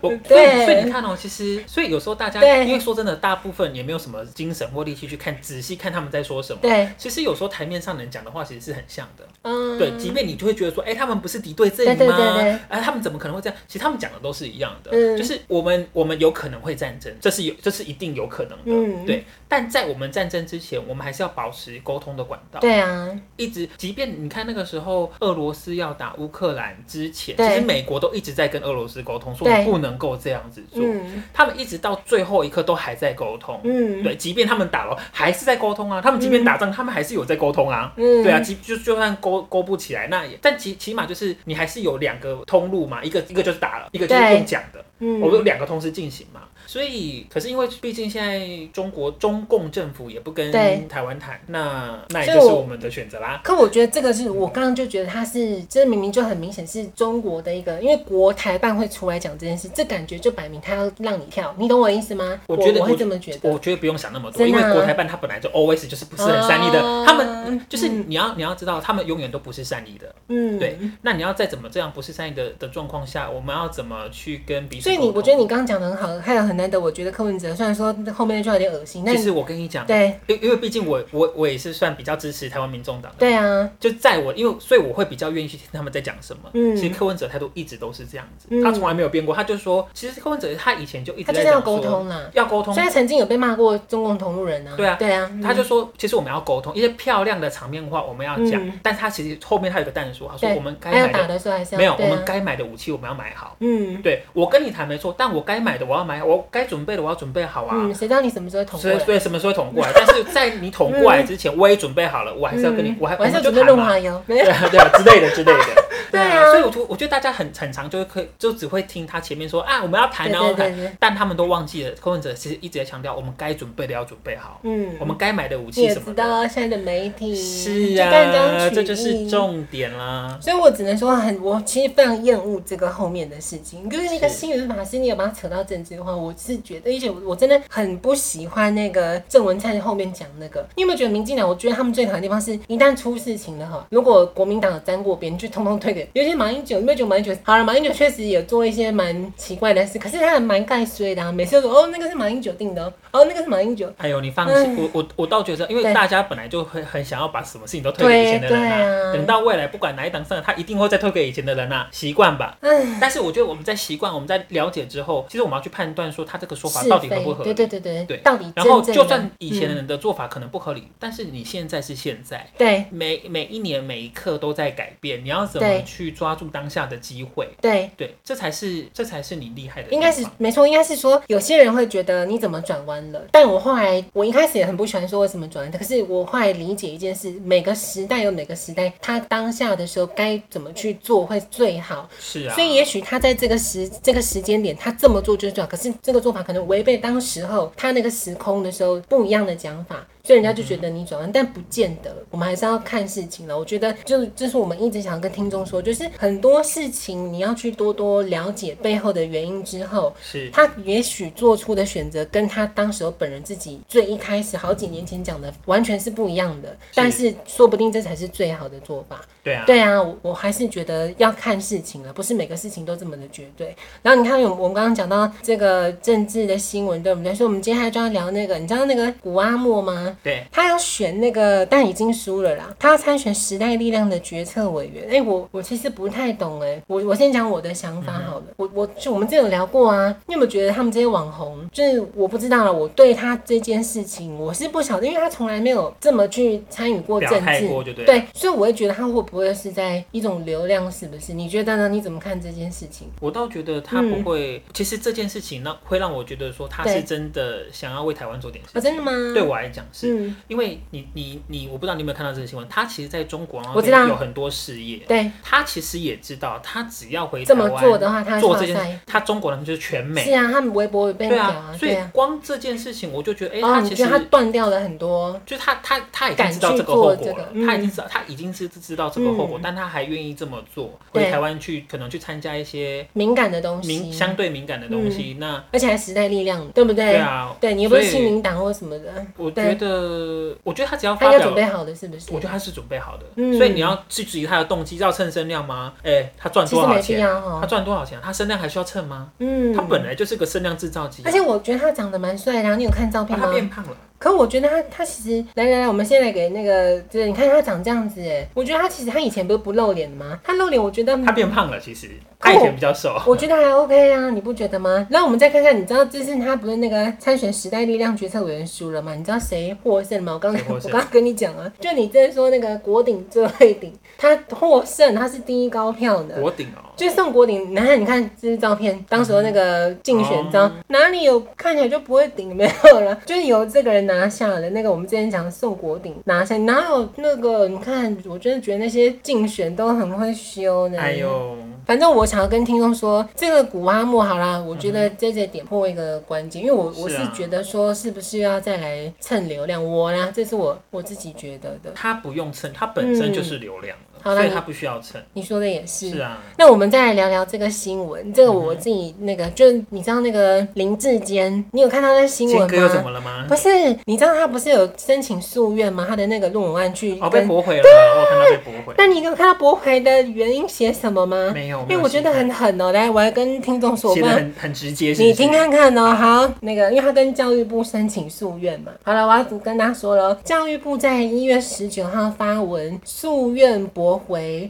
[SPEAKER 2] 我所以
[SPEAKER 1] 对
[SPEAKER 2] 所以你看哦，其实所以有时候大家
[SPEAKER 1] 对
[SPEAKER 2] 因为说真的，大部分也没有什么精神或力气去看仔细看他们在说什么。
[SPEAKER 1] 对，
[SPEAKER 2] 其实有时候台面上人讲的话，其实是很像的。
[SPEAKER 1] 嗯，
[SPEAKER 2] 对，即便你就会觉得说，哎、他们不是敌对阵营吗？
[SPEAKER 1] 对对对对
[SPEAKER 2] 哎、他们怎么可能会这样？其实他们讲的都是一样的，
[SPEAKER 1] 嗯
[SPEAKER 2] 就是我们我们有可能会战争，这是有这是一定有可能的，
[SPEAKER 1] 嗯
[SPEAKER 2] 对。但在我们战争之前，我们还是要保持沟通的管道。
[SPEAKER 1] 对啊，
[SPEAKER 2] 一直，即便你看那个时候俄罗斯要打乌克兰之前，其
[SPEAKER 1] 对
[SPEAKER 2] 实美国都一直在跟俄罗斯沟通，说
[SPEAKER 1] 对
[SPEAKER 2] 你不能够这样子做。
[SPEAKER 1] 嗯
[SPEAKER 2] 他们一直到最后一刻都还在沟通。
[SPEAKER 1] 嗯，
[SPEAKER 2] 对，即便他们打了，还是在沟通啊。他们即便打仗，他们还是有在沟通啊。
[SPEAKER 1] 嗯
[SPEAKER 2] 对啊，即就就算沟沟不起来，那也但起起码就是你还是有两个通路嘛，一个一个就是打了，一个就是
[SPEAKER 1] 对
[SPEAKER 2] 用讲的，
[SPEAKER 1] 嗯，
[SPEAKER 2] 我们有两个同时进行嘛。所以，可是因为毕竟现在中国中共政府也不跟
[SPEAKER 1] 对
[SPEAKER 2] 台湾谈，那那也
[SPEAKER 1] 所
[SPEAKER 2] 就
[SPEAKER 1] 以
[SPEAKER 2] 是
[SPEAKER 1] 我
[SPEAKER 2] 我们的选择啦。
[SPEAKER 1] 可我觉得这个是我刚刚就觉得他是，这明明就很明显是中国的一个，因为国台办会出来讲这件事，这感觉就摆明他要让你跳，你懂我意思吗？
[SPEAKER 2] 我
[SPEAKER 1] 我
[SPEAKER 2] 觉得
[SPEAKER 1] 我
[SPEAKER 2] 我
[SPEAKER 1] 会这么觉得。
[SPEAKER 2] 我觉得不用想那么多，
[SPEAKER 1] 真
[SPEAKER 2] 因
[SPEAKER 1] 的啊
[SPEAKER 2] 为国台办它本来就 always 就是不是很善意的，
[SPEAKER 1] 啊
[SPEAKER 2] 他们就是
[SPEAKER 1] 嗯
[SPEAKER 2] 你要你要知道，他们永远都不是善意的。
[SPEAKER 1] 嗯，
[SPEAKER 2] 对，那你要再怎么这样不是善意的的状况下，我们要怎么去跟彼此
[SPEAKER 1] 所以你
[SPEAKER 2] 沟通
[SPEAKER 1] 我觉得你刚刚讲的很好，还有很难得，我觉得柯文哲虽然说后面那句话有点恶心，但
[SPEAKER 2] 其实我跟你讲，
[SPEAKER 1] 对
[SPEAKER 2] 因因为毕竟我我我也是算比较支持台湾民众党的，
[SPEAKER 1] 对啊，
[SPEAKER 2] 就在我因为所以我会比较愿意去听他们在讲什么。
[SPEAKER 1] 嗯
[SPEAKER 2] 其实柯文哲态度一直都是这样子，
[SPEAKER 1] 嗯
[SPEAKER 2] 他从来没有变过。他就说，其实柯文哲他以前就一直
[SPEAKER 1] 他就
[SPEAKER 2] 在
[SPEAKER 1] 是要
[SPEAKER 2] 讲
[SPEAKER 1] 沟
[SPEAKER 2] 说
[SPEAKER 1] 通啦。
[SPEAKER 2] 要沟通
[SPEAKER 1] 所以，他曾经有被骂过中共同路人啊，
[SPEAKER 2] 对啊
[SPEAKER 1] 对啊，
[SPEAKER 2] 他就说，其实我们要沟通一些漂亮的场面话，我们要讲。但他其实后面他有个淡说，他说
[SPEAKER 1] 嗯对
[SPEAKER 2] 我们该
[SPEAKER 1] 还有
[SPEAKER 2] 买
[SPEAKER 1] 打
[SPEAKER 2] 的
[SPEAKER 1] 的时候还是要
[SPEAKER 2] 没有，我
[SPEAKER 1] 对啊
[SPEAKER 2] 们该买的武器我们要买好。
[SPEAKER 1] 嗯
[SPEAKER 2] 对我跟你谈没错，但我该买的我要买，我该准备的我要准备好啊。
[SPEAKER 1] 嗯，谁知道你什么时候捅过
[SPEAKER 2] 所以
[SPEAKER 1] 来？
[SPEAKER 2] 对什么时候捅过来？啊但 是在你捅过来之前，我也准备好了，我还是要跟你，我还
[SPEAKER 1] 嗯我还是要
[SPEAKER 2] 们就
[SPEAKER 1] 准备
[SPEAKER 2] 谈
[SPEAKER 1] 润
[SPEAKER 2] 嘛
[SPEAKER 1] 滑油，没
[SPEAKER 2] 对
[SPEAKER 1] 有
[SPEAKER 2] 啊 对啊之类的之类的。
[SPEAKER 1] 对啊
[SPEAKER 2] 所以我就我觉得大家很很常就会可以就只会听他前面说啊我们要谈
[SPEAKER 1] 对
[SPEAKER 2] 然后
[SPEAKER 1] 对
[SPEAKER 2] 谈，
[SPEAKER 1] 对对，
[SPEAKER 2] 但他们都忘记了柯文哲其实一直在强调我们该准备的要准备好，
[SPEAKER 1] 嗯，
[SPEAKER 2] 我们该买的武
[SPEAKER 1] 你
[SPEAKER 2] 器
[SPEAKER 1] 也
[SPEAKER 2] 什
[SPEAKER 1] 知
[SPEAKER 2] 么的。
[SPEAKER 1] 道现在的媒体
[SPEAKER 2] 是
[SPEAKER 1] 就断
[SPEAKER 2] 啊，
[SPEAKER 1] 章取
[SPEAKER 2] 这就是
[SPEAKER 1] 义
[SPEAKER 2] 重点啦。
[SPEAKER 1] 所以我只能说很，我其实非常厌恶这个后面的事情。就是一个
[SPEAKER 2] 是
[SPEAKER 1] 新闻法师，你有把它扯到政治的话，我是觉得，而且我我真的很不喜欢那个郑文灿后面讲那个。你有没有觉得民进党？我觉得他们最讨厌的地方是，一旦出事情了哈，如果国民党有沾过边，就通通推给。尤其马英九，你有没有觉得马英九？好了，马英九确实有做一些蛮奇怪的事，可是他还蛮盖衰的、啊，每次都说哦那个是马英九定的哦，哦那个是马英九。
[SPEAKER 2] 哎呦，你放心，我我我倒觉得，因为
[SPEAKER 1] 对
[SPEAKER 2] 大家本来就会很想要把什么事情都推给以前的人
[SPEAKER 1] 对对
[SPEAKER 2] 啊，
[SPEAKER 1] 啊
[SPEAKER 2] 等到未来不管哪一档上来，他一定会再推给以前的人啊，习惯吧。
[SPEAKER 1] 唉，
[SPEAKER 2] 但是我觉得我们在习惯，我们在了解之后，其实我们要去判断说他这个说法
[SPEAKER 1] 是
[SPEAKER 2] 到底合
[SPEAKER 1] 非
[SPEAKER 2] 不合
[SPEAKER 1] 对。
[SPEAKER 2] 理
[SPEAKER 1] 对对对
[SPEAKER 2] 对
[SPEAKER 1] 到底
[SPEAKER 2] 然后
[SPEAKER 1] 真正
[SPEAKER 2] 就
[SPEAKER 1] 的
[SPEAKER 2] 算以前的人的做法可能不合理，但是你现在是现在，
[SPEAKER 1] 对
[SPEAKER 2] 每每一年每一刻都在改变，你要怎么
[SPEAKER 1] 对
[SPEAKER 2] 去抓住当下的机会？
[SPEAKER 1] 对
[SPEAKER 2] 对，这才是这才是你厉害的地
[SPEAKER 1] 应
[SPEAKER 2] 方。
[SPEAKER 1] 该是没错，应该是说有些人会觉得你怎么转弯了，但我后来我一开始也很不喜欢说为什么转弯，可是我后来理解一件事，每个时代有每个时代他当下的时候该怎么去做会最好。
[SPEAKER 2] 是啊，
[SPEAKER 1] 所以也许他在这个时这个时间点，他这么做就是最好，可是这个做法可能违背当时候他那个时空的时候不一样的讲法，所以人家就觉得你转弯，但不见得。我们还是要看事情了。我觉得就是这是我们一直想跟听众说，就是很多事情你要去多多了解背后的原因之后，
[SPEAKER 2] 是
[SPEAKER 1] 他也许做出的选择跟他当时候本人自己最一开始好几年前讲的完全是不一样的，但是说不定这才是最好的做法。
[SPEAKER 2] 对啊，
[SPEAKER 1] 对啊，我我还是觉得要看事情了，不是每个事情都这么的绝对。然后你看，我们我们刚刚讲到这个政治的新闻，对我们来说，我们接下来就要聊那个，你知道那个古阿莫吗？
[SPEAKER 2] 对，
[SPEAKER 1] 他要选那个，但已经输了啦。他要参选时代力量的决策委员。哎、我我其实不太懂哎、我我先讲我的想
[SPEAKER 2] 嗯
[SPEAKER 1] 法好了。我我就我们之前有聊过啊，你有没有觉得他们这些网红，就是我不知道了，我对他这件事情我是不晓得，因为他从来没有这么去参与过
[SPEAKER 2] 表
[SPEAKER 1] 政
[SPEAKER 2] 态
[SPEAKER 1] 治，
[SPEAKER 2] 过就对了
[SPEAKER 1] 对，所以我会觉得他会不会是在一种流量，是不是？你觉得呢？你怎么看这件事情？
[SPEAKER 2] 我倒觉得他不会。其实这件事情让会让我觉得说他
[SPEAKER 1] 嗯对
[SPEAKER 2] 是真的想要为台湾做点
[SPEAKER 1] 啊、
[SPEAKER 2] 事。
[SPEAKER 1] 真的吗？
[SPEAKER 2] 对我来讲是。
[SPEAKER 1] 嗯，
[SPEAKER 2] 因为你你你，我不知道你有没有看到这个新闻，他其实在中国
[SPEAKER 1] 我知道
[SPEAKER 2] 有很多事业，
[SPEAKER 1] 对，
[SPEAKER 2] 他其实也知道，他只要回台
[SPEAKER 1] 这么
[SPEAKER 2] 湾
[SPEAKER 1] 做的话，他
[SPEAKER 2] 做
[SPEAKER 1] 会
[SPEAKER 2] 这
[SPEAKER 1] 上
[SPEAKER 2] 件事
[SPEAKER 1] 赛。，
[SPEAKER 2] 他中国人就是全美
[SPEAKER 1] 是，啊，他们微博也被
[SPEAKER 2] 对
[SPEAKER 1] 屌
[SPEAKER 2] 啊，所
[SPEAKER 1] 对
[SPEAKER 2] 以
[SPEAKER 1] 啊。
[SPEAKER 2] 光这件事情我就觉得，哎，
[SPEAKER 1] 哦，
[SPEAKER 2] 他
[SPEAKER 1] 你
[SPEAKER 2] 其
[SPEAKER 1] 觉
[SPEAKER 2] 实
[SPEAKER 1] 得他断掉了很多，
[SPEAKER 2] 就他他他已经
[SPEAKER 1] 敢
[SPEAKER 2] 知道
[SPEAKER 1] 去
[SPEAKER 2] 这个
[SPEAKER 1] 做
[SPEAKER 2] 后
[SPEAKER 1] 这
[SPEAKER 2] 果
[SPEAKER 1] 个
[SPEAKER 2] 了，
[SPEAKER 1] 嗯
[SPEAKER 2] 他已经知道他已经是知道这个后果
[SPEAKER 1] 嗯，
[SPEAKER 2] 但他还愿意这么做，
[SPEAKER 1] 对
[SPEAKER 2] 回台湾去可能去参加一些
[SPEAKER 1] 敏感的东西
[SPEAKER 2] 敏，相对敏感的东西，那
[SPEAKER 1] 而且还时代力量，对不对？
[SPEAKER 2] 对啊，
[SPEAKER 1] 对你又不是
[SPEAKER 2] 所以
[SPEAKER 1] 亲民党或什么的，
[SPEAKER 2] 我
[SPEAKER 1] 对
[SPEAKER 2] 觉得我觉得他只要
[SPEAKER 1] 他
[SPEAKER 2] 发
[SPEAKER 1] 应该准
[SPEAKER 2] 表
[SPEAKER 1] 备好了，是不是？
[SPEAKER 2] 我觉得他是准备好的，
[SPEAKER 1] 嗯
[SPEAKER 2] 所以你要去质疑他的动机，要蹭声量吗？哎、他赚
[SPEAKER 1] 其
[SPEAKER 2] 多
[SPEAKER 1] 实
[SPEAKER 2] 少
[SPEAKER 1] 没必
[SPEAKER 2] 钱？
[SPEAKER 1] 要
[SPEAKER 2] 他
[SPEAKER 1] 哈，
[SPEAKER 2] 赚多少钱？他声量还需要蹭吗？
[SPEAKER 1] 嗯，
[SPEAKER 2] 他本来就是个声量制造机、啊，
[SPEAKER 1] 而且我觉得他长得蛮帅的啊，你有看照
[SPEAKER 2] 啊
[SPEAKER 1] 片吗
[SPEAKER 2] 他？变胖了，
[SPEAKER 1] 可我觉得他他其实来来来，我们现在给那个，就是你看他长这样子，哎，我觉得他其实他以前不是不露脸的吗？他露脸，我觉得
[SPEAKER 2] 他变胖了。其实
[SPEAKER 1] 嗯可
[SPEAKER 2] 他
[SPEAKER 1] 我
[SPEAKER 2] 以前比较瘦，
[SPEAKER 1] 我觉得还 OK 啊，你不觉得吗？那我们再看看，你知道这次他不是那个参选时代力量决策委员输了吗？你知道谁获胜吗？我刚
[SPEAKER 2] 谁获
[SPEAKER 1] 我
[SPEAKER 2] 胜
[SPEAKER 1] 刚跟你讲啊，就你之前说那个国鼎最会顶，他获胜，他是第一高票的。
[SPEAKER 2] 国顶哦，
[SPEAKER 1] 就是宋国鼎，然后你看这些照片，当时候那个竞选
[SPEAKER 2] 嗯
[SPEAKER 1] 章、哪里有看起来就不会顶没有了， 就是由这个人拿下了那个我们之前讲的宋国鼎拿下，哪有那个你看，我真的觉得那些竞选都很会修呢。
[SPEAKER 2] 哎呦，
[SPEAKER 1] 反正我想要跟听众说，这个古阿莫好啦，我觉得这 J 点破一个关键，因为我我
[SPEAKER 2] 嗯是
[SPEAKER 1] 是
[SPEAKER 2] 啊
[SPEAKER 1] 觉得说，是不是要再来蹭流量？我啦，这是我我自己觉得的。
[SPEAKER 2] 他不用蹭，他本身就是流量了。
[SPEAKER 1] 嗯好
[SPEAKER 2] 所
[SPEAKER 1] 那
[SPEAKER 2] 以
[SPEAKER 1] 你
[SPEAKER 2] 他不需要称。
[SPEAKER 1] 你说的也是。
[SPEAKER 2] 是啊，
[SPEAKER 1] 那我们再来聊聊这个新闻，这个我自己那个，就是你知道那个林志坚，你有看到那新
[SPEAKER 2] 坚
[SPEAKER 1] 闻
[SPEAKER 2] 哥又怎
[SPEAKER 1] 吗？
[SPEAKER 2] 么了吗
[SPEAKER 1] 不？是，你知道他不是有申请诉愿吗？他的那个论文案去
[SPEAKER 2] 哦，被
[SPEAKER 1] 跟，
[SPEAKER 2] 驳回了，我有看到被驳回。
[SPEAKER 1] 那你有看到驳回的原因写什么吗？
[SPEAKER 2] 没有，
[SPEAKER 1] 因为我觉得很狠哦、来，我来跟听众说，我
[SPEAKER 2] 写
[SPEAKER 1] 不
[SPEAKER 2] 的
[SPEAKER 1] 然
[SPEAKER 2] 很很直接，是不
[SPEAKER 1] 你
[SPEAKER 2] 是
[SPEAKER 1] 听看看哦、好，那个，因为他跟教育部申请诉愿嘛。好了，我要跟大家说了哦，教育部在一月十九号发文诉愿驳回。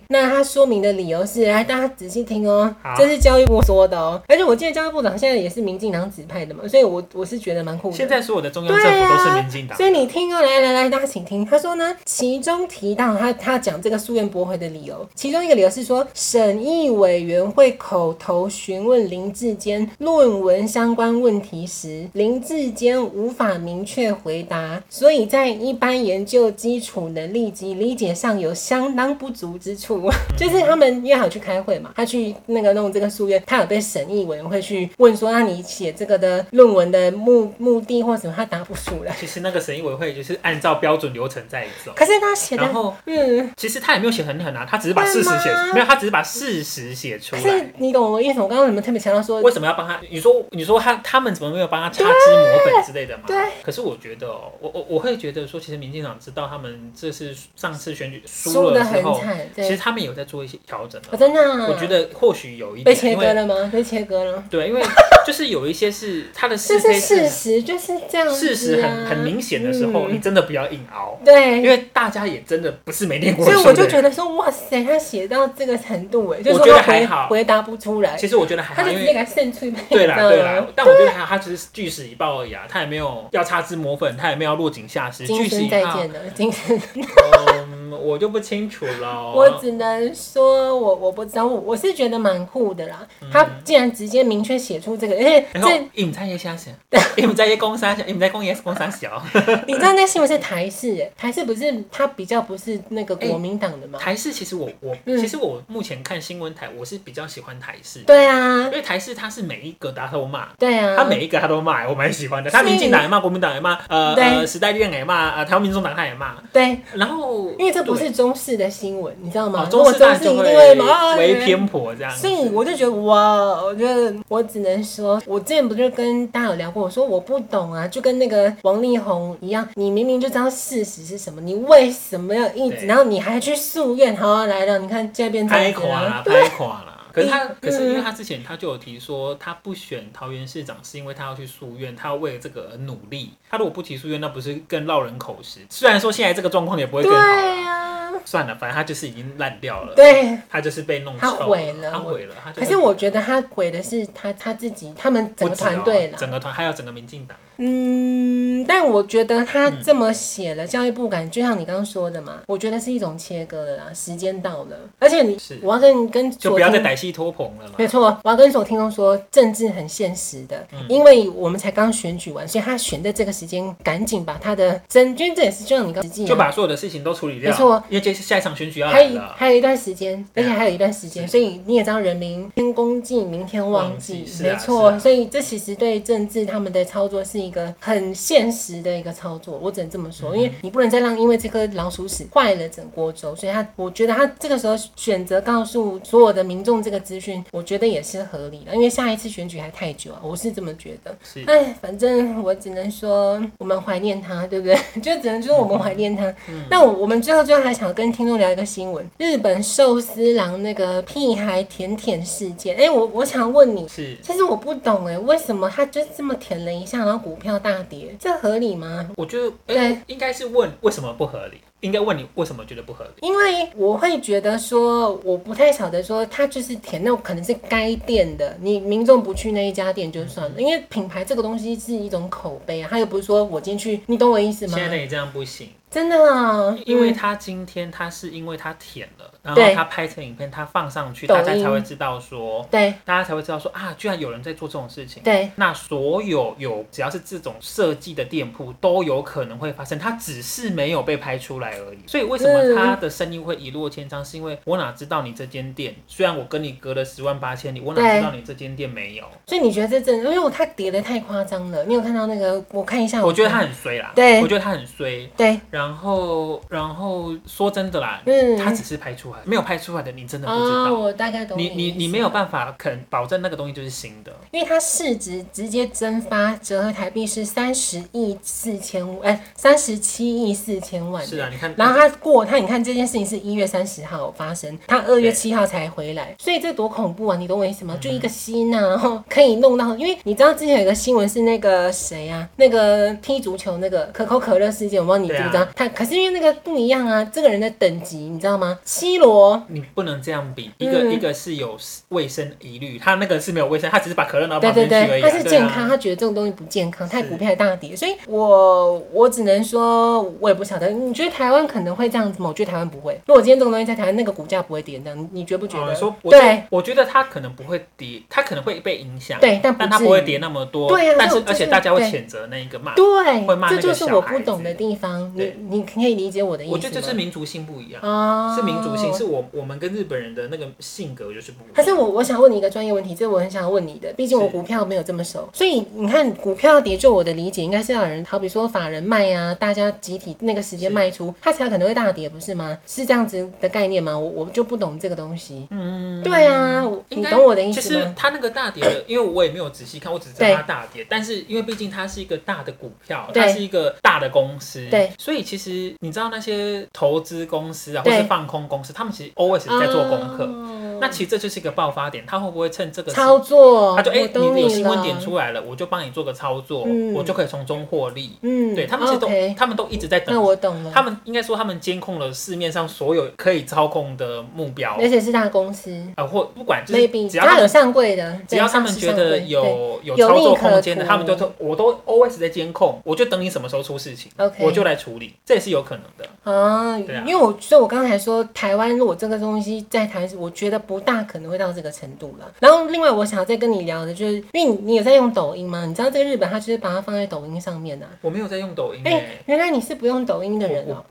[SPEAKER 1] 那他说明的理由是，来大家仔细听哦、
[SPEAKER 2] 好
[SPEAKER 1] 这是教育部说的哦、而且我记得教育部长现在也是民进党指派的嘛，所以我我是觉得蛮酷的。
[SPEAKER 2] 现在所有的中央政府都是民进党
[SPEAKER 1] 所，以你听哦，来来来，大家请听。他说呢，其中提到他他讲这个诉愿驳回的理由，其中一个理由是说，审议委员会口头询问林志坚论文相关问题时，林志坚无法明确回答，所以在一般研究基础能力及理解上有相当不足之处。 就是他们约好去开会嘛，他去那个弄这个诉愿，他有被审议委员会去问说，那你写这个的论文的目目的或什么，他答不出来。
[SPEAKER 2] 其实那个审议委员会就是按照标准流程在走。
[SPEAKER 1] 啊可是他写
[SPEAKER 2] 然
[SPEAKER 1] 的，
[SPEAKER 2] 后
[SPEAKER 1] 嗯，
[SPEAKER 2] 其实他也没有写很狠啊，他只是把事实写
[SPEAKER 1] 干嘛，
[SPEAKER 2] 没有，他只是把事实写出
[SPEAKER 1] 可
[SPEAKER 2] 来
[SPEAKER 1] 是。你懂我意思吗？我刚刚有没有特别强调说
[SPEAKER 2] 为，什么要帮他？你说，你说他他们怎么没有帮他擦脂抹粉之类的嘛？
[SPEAKER 1] 对。
[SPEAKER 2] 可是我觉得哦，我我我会觉得说，其实民进党知道他们这次上次选举输
[SPEAKER 1] 输的
[SPEAKER 2] 了之
[SPEAKER 1] 很
[SPEAKER 2] 后，
[SPEAKER 1] 惨？
[SPEAKER 2] 其实
[SPEAKER 1] 对，
[SPEAKER 2] 他们有在做一些调整的
[SPEAKER 1] 我。真的啊，
[SPEAKER 2] 我觉得或许有一
[SPEAKER 1] 被
[SPEAKER 2] 点，
[SPEAKER 1] 切
[SPEAKER 2] 因
[SPEAKER 1] 割
[SPEAKER 2] 为
[SPEAKER 1] 了吗？被切割了，
[SPEAKER 2] 对，因为就是有一些是他的
[SPEAKER 1] 这
[SPEAKER 2] 是
[SPEAKER 1] 是
[SPEAKER 2] 非
[SPEAKER 1] 事
[SPEAKER 2] 是
[SPEAKER 1] 实，就是这样子啊。
[SPEAKER 2] 事实很很明显的时候，
[SPEAKER 1] 嗯
[SPEAKER 2] 你真的不要硬熬，因
[SPEAKER 1] 对。
[SPEAKER 2] 为大家也真的不是没练过
[SPEAKER 1] 所
[SPEAKER 2] 书
[SPEAKER 1] 以
[SPEAKER 2] 的。
[SPEAKER 1] 我就觉得说，哇塞，他写到这个程度哎，就是
[SPEAKER 2] 我觉得
[SPEAKER 1] 他回
[SPEAKER 2] 还好
[SPEAKER 1] 回答不出来，
[SPEAKER 2] 其实我觉得还
[SPEAKER 1] 他
[SPEAKER 2] 好，
[SPEAKER 1] 就
[SPEAKER 2] 因
[SPEAKER 1] 直接
[SPEAKER 2] 为。
[SPEAKER 1] 给他渗出一杯，嗯
[SPEAKER 2] 对啦，
[SPEAKER 1] 你知道吗
[SPEAKER 2] 对啦，但我觉得还好，他只是据实以报而已啊，他也没有要擦脂抹粉，他也没有落井下石，
[SPEAKER 1] 今
[SPEAKER 2] 据实
[SPEAKER 1] 生
[SPEAKER 2] 以
[SPEAKER 1] 再
[SPEAKER 2] 报，
[SPEAKER 1] 见了，今生。
[SPEAKER 2] 嗯，我就不清楚 了。
[SPEAKER 1] 我只能说我我不知道，我我是觉得蛮酷的啦。他竟然直接明确写出这个，而且
[SPEAKER 2] 嗯然后
[SPEAKER 1] 这
[SPEAKER 2] 你们在夜瞎想，你们在夜攻三小，你们在攻也是攻三 小。
[SPEAKER 1] 你知道那新闻是台视耶，台视不是它比较不是那个国民党的吗？
[SPEAKER 2] 台视其实我我
[SPEAKER 1] 嗯
[SPEAKER 2] 其实我目前看新闻台，我是比较喜欢台视，
[SPEAKER 1] 对啊
[SPEAKER 2] 因，为台视它是每一个他都骂，
[SPEAKER 1] 对啊，
[SPEAKER 2] 他每一个他都骂，我蛮喜欢的。
[SPEAKER 1] 所以
[SPEAKER 2] 他民进党也骂，国民党也骂，呃
[SPEAKER 1] 对
[SPEAKER 2] 呃，时代力量也骂，呃，台湾民众党他也骂。
[SPEAKER 1] 对，
[SPEAKER 2] 然后
[SPEAKER 1] 因为这不
[SPEAKER 2] 对
[SPEAKER 1] 是中式的新闻，你知道吗？
[SPEAKER 2] 哦，
[SPEAKER 1] 如
[SPEAKER 2] 中
[SPEAKER 1] 果
[SPEAKER 2] 视大
[SPEAKER 1] 中
[SPEAKER 2] 家
[SPEAKER 1] 式一
[SPEAKER 2] 就
[SPEAKER 1] 定会
[SPEAKER 2] 会
[SPEAKER 1] 嘛，
[SPEAKER 2] 为
[SPEAKER 1] 啊
[SPEAKER 2] 偏颇这样子。
[SPEAKER 1] 所以我就觉得哇，我觉得我只能说，我之前不就跟大家有聊过，我说我不懂啊，就跟那个王力宏一样，你明明就知道事实是什么，你为什么要一直，
[SPEAKER 2] 对
[SPEAKER 1] 然后你还去诉愿？好、啊，来了，你看现在变这
[SPEAKER 2] 拍
[SPEAKER 1] 样子
[SPEAKER 2] 垮
[SPEAKER 1] 了
[SPEAKER 2] 啦，，拍垮 啦。可是他，
[SPEAKER 1] 嗯
[SPEAKER 2] 可是因为他之前他就有提说，他不选桃园市长是因为他要去诉愿，他要为了这个而努力。他如果不提诉愿，那不是更绕人口实？虽然说现在这个状况也不会更好。
[SPEAKER 1] 对啊，
[SPEAKER 2] 算了，反正他就是已经烂掉了，
[SPEAKER 1] 对。
[SPEAKER 2] 他就是被弄
[SPEAKER 1] 他
[SPEAKER 2] 臭
[SPEAKER 1] 毁了
[SPEAKER 2] 了，他毁了。他就
[SPEAKER 1] 可是我觉得他毁的是他他自己，他们整个
[SPEAKER 2] 不止哦
[SPEAKER 1] 团队了。
[SPEAKER 2] 整个团还有整个民进党。
[SPEAKER 1] 嗯，但我觉得他这么写了，教育部感就像你刚刚说的
[SPEAKER 2] 嗯
[SPEAKER 1] 嘛，我觉得是一种切割了啦，时间到了。而且你
[SPEAKER 2] 是，
[SPEAKER 1] 我要跟跟
[SPEAKER 2] 就
[SPEAKER 1] 所
[SPEAKER 2] 不要再
[SPEAKER 1] 听，
[SPEAKER 2] 歹戏拖棚了嘛。
[SPEAKER 1] 没错，我要跟所听众说，政治很现实的，
[SPEAKER 2] 嗯
[SPEAKER 1] 因为我们才刚选举完，所以他选在这个时间，赶紧把他的真，因为这也是就像你刚实际啊
[SPEAKER 2] 就把所有的事情都处理掉。
[SPEAKER 1] 没错，
[SPEAKER 2] 因为接下一场选举要
[SPEAKER 1] 还
[SPEAKER 2] 来
[SPEAKER 1] 有一
[SPEAKER 2] 了。
[SPEAKER 1] 还有一段时间，而
[SPEAKER 2] 对啊
[SPEAKER 1] 且还有一段时间，
[SPEAKER 2] 是
[SPEAKER 1] 所以你也知道，人民天公祭，明天忘记
[SPEAKER 2] 忘，记是啊
[SPEAKER 1] 没错。
[SPEAKER 2] 是啊
[SPEAKER 1] 所以这其实对政治他们的操作是一个很现实的一个操作，我只能这么
[SPEAKER 2] 嗯
[SPEAKER 1] 说，因为你不能再让因为这颗老鼠屎坏了整锅粥，所以他，我觉得他这个时候选择告诉所有的民众这个资讯，我觉得也是合理的，因为下一次选举还太久啊，我是这么觉得。
[SPEAKER 2] 是
[SPEAKER 1] 哎，反正我只能说，我们怀念他，对不 对？就只能说我们怀念他。那我我们最后最后还想跟听众聊一个新闻：日本寿司郎那个屁孩舔舔事件。哎、我我想问你，
[SPEAKER 2] 是，
[SPEAKER 1] 其实我不懂哎，为什么他就这么舔了一下，然后股票大跌，这合理吗？
[SPEAKER 2] 我觉得，哎、
[SPEAKER 1] 对
[SPEAKER 2] 应该是问为什么不合理，应该问你为什么觉得不合理。
[SPEAKER 1] 因为我会觉得说，我不太晓得说他就是舔，那可能是该店的，你民众不去那一家店就算了，因为品牌这个东西是一种口碑啊，他又不是说我进去，你懂我意思吗？
[SPEAKER 2] 现在那你这样不行，
[SPEAKER 1] 真的啊，
[SPEAKER 2] 因为
[SPEAKER 1] 嗯
[SPEAKER 2] 他今天他是因为他舔了，然
[SPEAKER 1] 对
[SPEAKER 2] 后他拍成影片，他放上去，
[SPEAKER 1] 抖
[SPEAKER 2] 大家
[SPEAKER 1] 音
[SPEAKER 2] 才会知道说，
[SPEAKER 1] 对
[SPEAKER 2] 大家才会知道说啊，居然有人在做这种事情。
[SPEAKER 1] 对
[SPEAKER 2] 那所有有只要是这种设计的店铺都有可能会发生，它只是没有被拍出来而已。所以为什么它的生意会一落千丈？是因为我哪知道你这间店？虽然我跟你隔了十万八千里，我哪
[SPEAKER 1] 对
[SPEAKER 2] 知道你这间店没有？
[SPEAKER 1] 所以你觉得这真的，因为它跌的太夸张了。你有看到那个？我看一下，
[SPEAKER 2] 我觉得它很衰啦，
[SPEAKER 1] 嗯对
[SPEAKER 2] 我觉得它很衰。
[SPEAKER 1] 对，
[SPEAKER 2] 然后，然后说真的啦，
[SPEAKER 1] 嗯
[SPEAKER 2] 它只是拍出来来，没有拍出来的你真的不知
[SPEAKER 1] 啊，
[SPEAKER 2] 道。
[SPEAKER 1] 我大概懂
[SPEAKER 2] 你你
[SPEAKER 1] 你
[SPEAKER 2] 你没有办法肯保证那个东西就是新的，
[SPEAKER 1] 因为它市值直接蒸发，折合台币是三十亿四千五，哎，三十七亿四千万。
[SPEAKER 2] 是啊，你看，
[SPEAKER 1] 哎然后他过他，你看这件事情是一月三十号发生，他二月七号才回来，所以这多恐怖啊！你懂我意思吗？
[SPEAKER 2] 嗯
[SPEAKER 1] 就一个心呐、然后可以弄到，因为你知道之前有一个新闻是那个谁啊，那个踢足球那个可口可乐事件，我不知道你知不知
[SPEAKER 2] 对啊
[SPEAKER 1] 道？他可是因为那个不一样啊，这个人的等级你知道吗？C 罗
[SPEAKER 2] 你不能这样比，一个、
[SPEAKER 1] 嗯
[SPEAKER 2] 一个是有卫生疑虑，他那个是没有卫生，他只是把可乐拿到
[SPEAKER 1] 对
[SPEAKER 2] 旁
[SPEAKER 1] 对
[SPEAKER 2] 边去
[SPEAKER 1] 对，
[SPEAKER 2] 而已、啊。
[SPEAKER 1] 他是健康，
[SPEAKER 2] 对啊
[SPEAKER 1] 他觉得这种东西不健康，他
[SPEAKER 2] 是
[SPEAKER 1] 股票还大跌，所以我我只能说，我也不晓得。你觉得台湾可能会这样子吗？我觉得台湾不会。如果今天这种东西在台湾，那个股价不会跌这样，你你觉不觉
[SPEAKER 2] 哦
[SPEAKER 1] 得？
[SPEAKER 2] 你说我
[SPEAKER 1] 对
[SPEAKER 2] 我觉得他可能不会跌，他可能会被影响，
[SPEAKER 1] 对，但不
[SPEAKER 2] 但他
[SPEAKER 1] 至
[SPEAKER 2] 不会
[SPEAKER 1] 于
[SPEAKER 2] 跌那么多。
[SPEAKER 1] 对啊
[SPEAKER 2] 但
[SPEAKER 1] 所以
[SPEAKER 2] 是
[SPEAKER 1] 我
[SPEAKER 2] 而且
[SPEAKER 1] 就是
[SPEAKER 2] 大家会
[SPEAKER 1] 对
[SPEAKER 2] 谴责那一个骂。会
[SPEAKER 1] 对，
[SPEAKER 2] 骂那
[SPEAKER 1] 这
[SPEAKER 2] 个
[SPEAKER 1] 就是
[SPEAKER 2] 小
[SPEAKER 1] 我
[SPEAKER 2] 孩
[SPEAKER 1] 不懂
[SPEAKER 2] 子
[SPEAKER 1] 的地方。你
[SPEAKER 2] 对
[SPEAKER 1] 你可以理解我的意思
[SPEAKER 2] 我
[SPEAKER 1] 吗？
[SPEAKER 2] 觉得就是民族性不一样，
[SPEAKER 1] 哦，
[SPEAKER 2] 是民族性，是我我们跟日本人的那个性格就是不一样。
[SPEAKER 1] 可是我我想问你一个专业问题，这我很想问你的，毕竟我
[SPEAKER 2] 是
[SPEAKER 1] 股票没有这么熟，所以你看股票跌，就我的理解，应该是要有人，好比说法人卖啊，大家集体那个时间
[SPEAKER 2] 是
[SPEAKER 1] 卖出，它才可能会大跌，不是吗？是这样子的概念吗？我我就不懂这个东西。嗯，对啊，我
[SPEAKER 2] 应
[SPEAKER 1] 你
[SPEAKER 2] 该
[SPEAKER 1] 懂我的意
[SPEAKER 2] 其
[SPEAKER 1] 思
[SPEAKER 2] 实
[SPEAKER 1] 吗？
[SPEAKER 2] 它那个大 跌的，因为我也没有仔细看，我只知道
[SPEAKER 1] 对
[SPEAKER 2] 它大跌。但是因为毕竟它是一个大的股票，
[SPEAKER 1] 对
[SPEAKER 2] 它是一个大的公司，
[SPEAKER 1] 对，
[SPEAKER 2] 所以其实你知道那些投资公司啊，或
[SPEAKER 1] 对啊
[SPEAKER 2] 是放空公司，他们其实 always 在做功课。
[SPEAKER 1] 哦
[SPEAKER 2] 那其实这就是一个爆发点，他会不会趁这个时
[SPEAKER 1] 操作，
[SPEAKER 2] 他就哎、
[SPEAKER 1] 我懂
[SPEAKER 2] 你有新闻
[SPEAKER 1] 了
[SPEAKER 2] 点出来了，我就帮你做个操作，
[SPEAKER 1] 嗯
[SPEAKER 2] 我就可以从中获利。
[SPEAKER 1] 嗯，
[SPEAKER 2] 对他们其实都
[SPEAKER 1] OK，
[SPEAKER 2] 他们都一直在
[SPEAKER 1] 那
[SPEAKER 2] 等。
[SPEAKER 1] 我懂了，
[SPEAKER 2] 他们应该说，他们监控了市面上所有可以操控的目标，
[SPEAKER 1] 而且是大公司
[SPEAKER 2] 呃，或不管就是
[SPEAKER 1] 哎，maybe
[SPEAKER 2] 只要他
[SPEAKER 1] 它有
[SPEAKER 2] 们
[SPEAKER 1] 上柜的，
[SPEAKER 2] 只要
[SPEAKER 1] 对
[SPEAKER 2] 他们
[SPEAKER 1] 上市
[SPEAKER 2] 觉
[SPEAKER 1] 上
[SPEAKER 2] 得
[SPEAKER 1] 柜对
[SPEAKER 2] 有有
[SPEAKER 1] 有
[SPEAKER 2] 操作
[SPEAKER 1] 利可
[SPEAKER 2] 空间的，
[SPEAKER 1] 图
[SPEAKER 2] 他们都都我都 always 在监控，我就等你什么时候出事情
[SPEAKER 1] OK
[SPEAKER 2] 我就来处理，这也是有可能的。
[SPEAKER 1] 啊，
[SPEAKER 2] 对啊
[SPEAKER 1] 因为我所以，我刚才说台湾，如果这个东西在台湾，我觉得不大可能会到这个程度了。然后，另外我想要再跟你聊的就是，因为你你有在用抖音吗？你知道这个日本，它就是把它放在抖音上面的、啊。
[SPEAKER 2] 我没有在用抖音、
[SPEAKER 1] 哎、
[SPEAKER 2] 欸，
[SPEAKER 1] 原来你是不用抖音的人哦、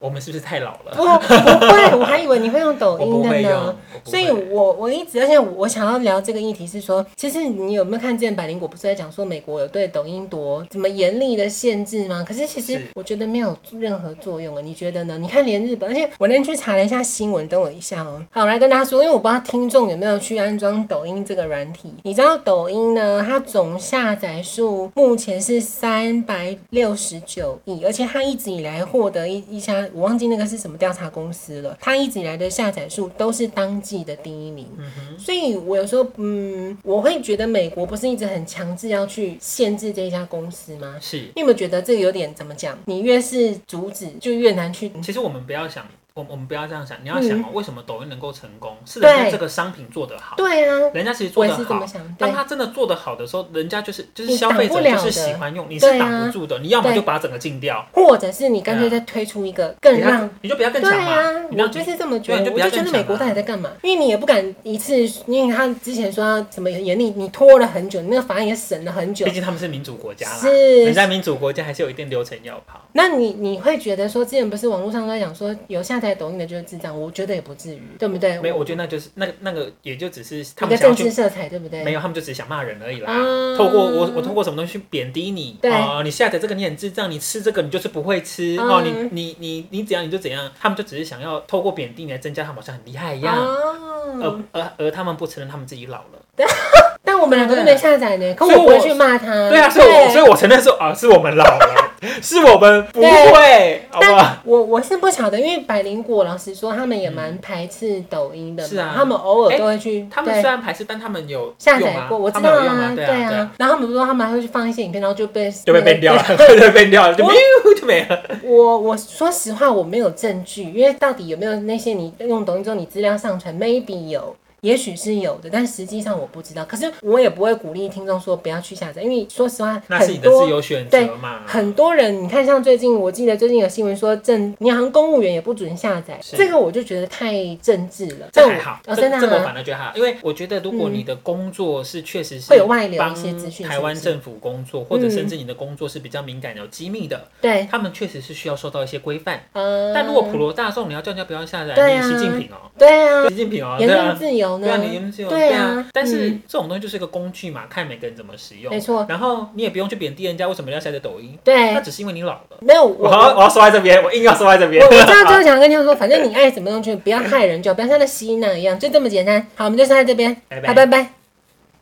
[SPEAKER 2] 我们是不是太老了？
[SPEAKER 1] 不不会，我还以为你会用抖
[SPEAKER 2] 我不
[SPEAKER 1] 音的
[SPEAKER 2] 会用，
[SPEAKER 1] 呢
[SPEAKER 2] 我。不
[SPEAKER 1] 所以
[SPEAKER 2] 会
[SPEAKER 1] 我我一直，而且我想要聊这个议题是说，其实你有没有看见百灵果不是在讲说美国有对抖音多怎么严厉的限制吗？可是其实
[SPEAKER 2] 是
[SPEAKER 1] 我觉得没有任何作用啊，你觉得呢？你看连日本，而且我那天去查了一下新闻，等我一下哦。好，我来跟大家说，因为我不知道听众有没有去安装抖音这个软体。你知道抖音呢，它总下载数目前是三百六十九亿，而且它一直以来获得一一家我忘记那个是什么调查公司了，它一直以来的下载数都是当季的第一名。所以我有时候，嗯，我会觉得美国不是一直很强制要去限制这一家公司吗？
[SPEAKER 2] 是，
[SPEAKER 1] 你有没有觉得这个有点怎么讲？你越是阻止，就越难去。
[SPEAKER 2] 其实我们不要想，我我们不要这样想，你要
[SPEAKER 1] 嗯
[SPEAKER 2] 想、哦，为什么抖音能够成功，是
[SPEAKER 1] 对
[SPEAKER 2] 人家这个商品做得好，
[SPEAKER 1] 对啊，
[SPEAKER 2] 人家其实
[SPEAKER 1] 我
[SPEAKER 2] 做
[SPEAKER 1] 也
[SPEAKER 2] 得
[SPEAKER 1] 是这么
[SPEAKER 2] 好。
[SPEAKER 1] 想。对
[SPEAKER 2] 当，他真的做得好的时候，人家就是就是
[SPEAKER 1] 你
[SPEAKER 2] 消
[SPEAKER 1] 挡
[SPEAKER 2] 费者
[SPEAKER 1] 不
[SPEAKER 2] 就
[SPEAKER 1] 了
[SPEAKER 2] 是
[SPEAKER 1] 的
[SPEAKER 2] 喜欢用，你
[SPEAKER 1] 对
[SPEAKER 2] 是
[SPEAKER 1] 啊
[SPEAKER 2] 挡不住的，你要么
[SPEAKER 1] 对
[SPEAKER 2] 就把它整个禁掉，
[SPEAKER 1] 或者是你干脆再推出一个更
[SPEAKER 2] 你要
[SPEAKER 1] 让。
[SPEAKER 2] 你就不要更
[SPEAKER 1] 对
[SPEAKER 2] 强嘛
[SPEAKER 1] 啊，，
[SPEAKER 2] 你
[SPEAKER 1] 我
[SPEAKER 2] 让
[SPEAKER 1] 就是这么觉
[SPEAKER 2] 对你
[SPEAKER 1] 得，
[SPEAKER 2] 就
[SPEAKER 1] 我
[SPEAKER 2] 不要
[SPEAKER 1] 就觉
[SPEAKER 2] 这
[SPEAKER 1] 得
[SPEAKER 2] 样
[SPEAKER 1] 美
[SPEAKER 2] 讲
[SPEAKER 1] 国到底
[SPEAKER 2] 啊
[SPEAKER 1] 在干嘛？因为你也不敢一次，因为他之前说要什么严厉，你拖了很久，你那个法案也审了很 久
[SPEAKER 2] 毕，竟他们是民主国家啦，
[SPEAKER 1] 是
[SPEAKER 2] 人家民主国家还是有一定流程要跑。
[SPEAKER 1] 那你你会觉得说，之前不是网络上都在讲说有下载抖音的就是智障，我觉得也不至于，对不对？
[SPEAKER 2] 没有，我觉得那就是那那个也就只是他
[SPEAKER 1] 一
[SPEAKER 2] 们
[SPEAKER 1] 个政
[SPEAKER 2] 想要去
[SPEAKER 1] 治色彩，对不对？
[SPEAKER 2] 没有，他们就只是想骂人而已啦。
[SPEAKER 1] 啊
[SPEAKER 2] 透过我，我通过什么东西去贬低你？
[SPEAKER 1] 对
[SPEAKER 2] 哦你下载这个你很智障，你吃这个你就是不会吃、
[SPEAKER 1] 嗯
[SPEAKER 2] 哦，你你你你怎样你就怎样，他们就只是想要透过贬低你来增加他们好像很厉害一样，
[SPEAKER 1] 哦，
[SPEAKER 2] 而而而他们不承认他们自己老了。
[SPEAKER 1] 但我们两个都没下载呢，可
[SPEAKER 2] 所以
[SPEAKER 1] 我不会
[SPEAKER 2] 我
[SPEAKER 1] 去骂他。
[SPEAKER 2] 对啊，啊所以我所以我承认说啊，是我们老了， 是我们不会，好不好？
[SPEAKER 1] 但我我是不晓得，因为百灵果老实说，他们也蛮排斥抖音的嘛，
[SPEAKER 2] 是啊
[SPEAKER 1] 他们偶尔都会去，
[SPEAKER 2] 他们
[SPEAKER 1] 对
[SPEAKER 2] 虽然排斥，但他们有
[SPEAKER 1] 下
[SPEAKER 2] 用
[SPEAKER 1] 载
[SPEAKER 2] 啊
[SPEAKER 1] 过，我
[SPEAKER 2] 他
[SPEAKER 1] 知
[SPEAKER 2] 们
[SPEAKER 1] 道
[SPEAKER 2] 有用啊，对
[SPEAKER 1] 对
[SPEAKER 2] 啊，对啊。
[SPEAKER 1] 然后他们说他们还会去放一些影片，然后就被
[SPEAKER 2] 就被
[SPEAKER 1] 那个
[SPEAKER 2] 变掉了， 就被变掉了，就
[SPEAKER 1] 我
[SPEAKER 2] 喵就没了。
[SPEAKER 1] 我我说实话，我没有证据，因为到底有没有那些你用抖音之后你资料上传，maybe 有。也许是有的，但实际上我不知道。可是我也不会鼓励听众说不要去下载，因为说实话，
[SPEAKER 2] 那是你
[SPEAKER 1] 很
[SPEAKER 2] 的自
[SPEAKER 1] 多
[SPEAKER 2] 由选择嘛？
[SPEAKER 1] 很多人，你看像最近，我记得最近有新闻说政，你好像公务员也不准下载，
[SPEAKER 2] 是
[SPEAKER 1] 这个我就觉得太政治了。
[SPEAKER 2] 这还好，
[SPEAKER 1] 哦、
[SPEAKER 2] 这
[SPEAKER 1] 真的嗯
[SPEAKER 2] 这我
[SPEAKER 1] 吗？
[SPEAKER 2] 反而觉得还好，因为我觉得如果你的工作是确实是
[SPEAKER 1] 会有外流
[SPEAKER 2] 帮
[SPEAKER 1] 一些资讯
[SPEAKER 2] 台湾
[SPEAKER 1] 是不是
[SPEAKER 2] 政府工作，或者
[SPEAKER 1] 嗯
[SPEAKER 2] 甚至你的工作是比较敏感、有机密的，
[SPEAKER 1] 对，
[SPEAKER 2] 他们确实是需要受到一些规范。
[SPEAKER 1] 嗯。
[SPEAKER 2] 但如果普罗大众，你要叫人家不要下载，
[SPEAKER 1] 对
[SPEAKER 2] 你
[SPEAKER 1] 啊
[SPEAKER 2] 是习近平哦，
[SPEAKER 1] 对啊，
[SPEAKER 2] 习近平哦，
[SPEAKER 1] 言
[SPEAKER 2] 对
[SPEAKER 1] 论
[SPEAKER 2] 啊，
[SPEAKER 1] 自由由
[SPEAKER 2] 对啊，
[SPEAKER 1] 呢？
[SPEAKER 2] 你们只有
[SPEAKER 1] 对啊
[SPEAKER 2] 啊
[SPEAKER 1] 嗯，
[SPEAKER 2] 但是这种东西就是一个工具嘛，看每个人怎么使用
[SPEAKER 1] 没。错，
[SPEAKER 2] 然后你也不用去贬低人家为什么要下载抖音，那
[SPEAKER 1] 对，
[SPEAKER 2] 只是因为你老了。
[SPEAKER 1] 没有我
[SPEAKER 2] 我要我要说在这边，我硬要说在这边
[SPEAKER 1] 我。我这样就是想跟你们说，反正你爱什么东西，不要害人就好，不要像那吸纳一样，就这么简单。好，我们就上在这边，
[SPEAKER 2] 拜
[SPEAKER 1] 好，
[SPEAKER 2] 拜
[SPEAKER 1] 拜拜。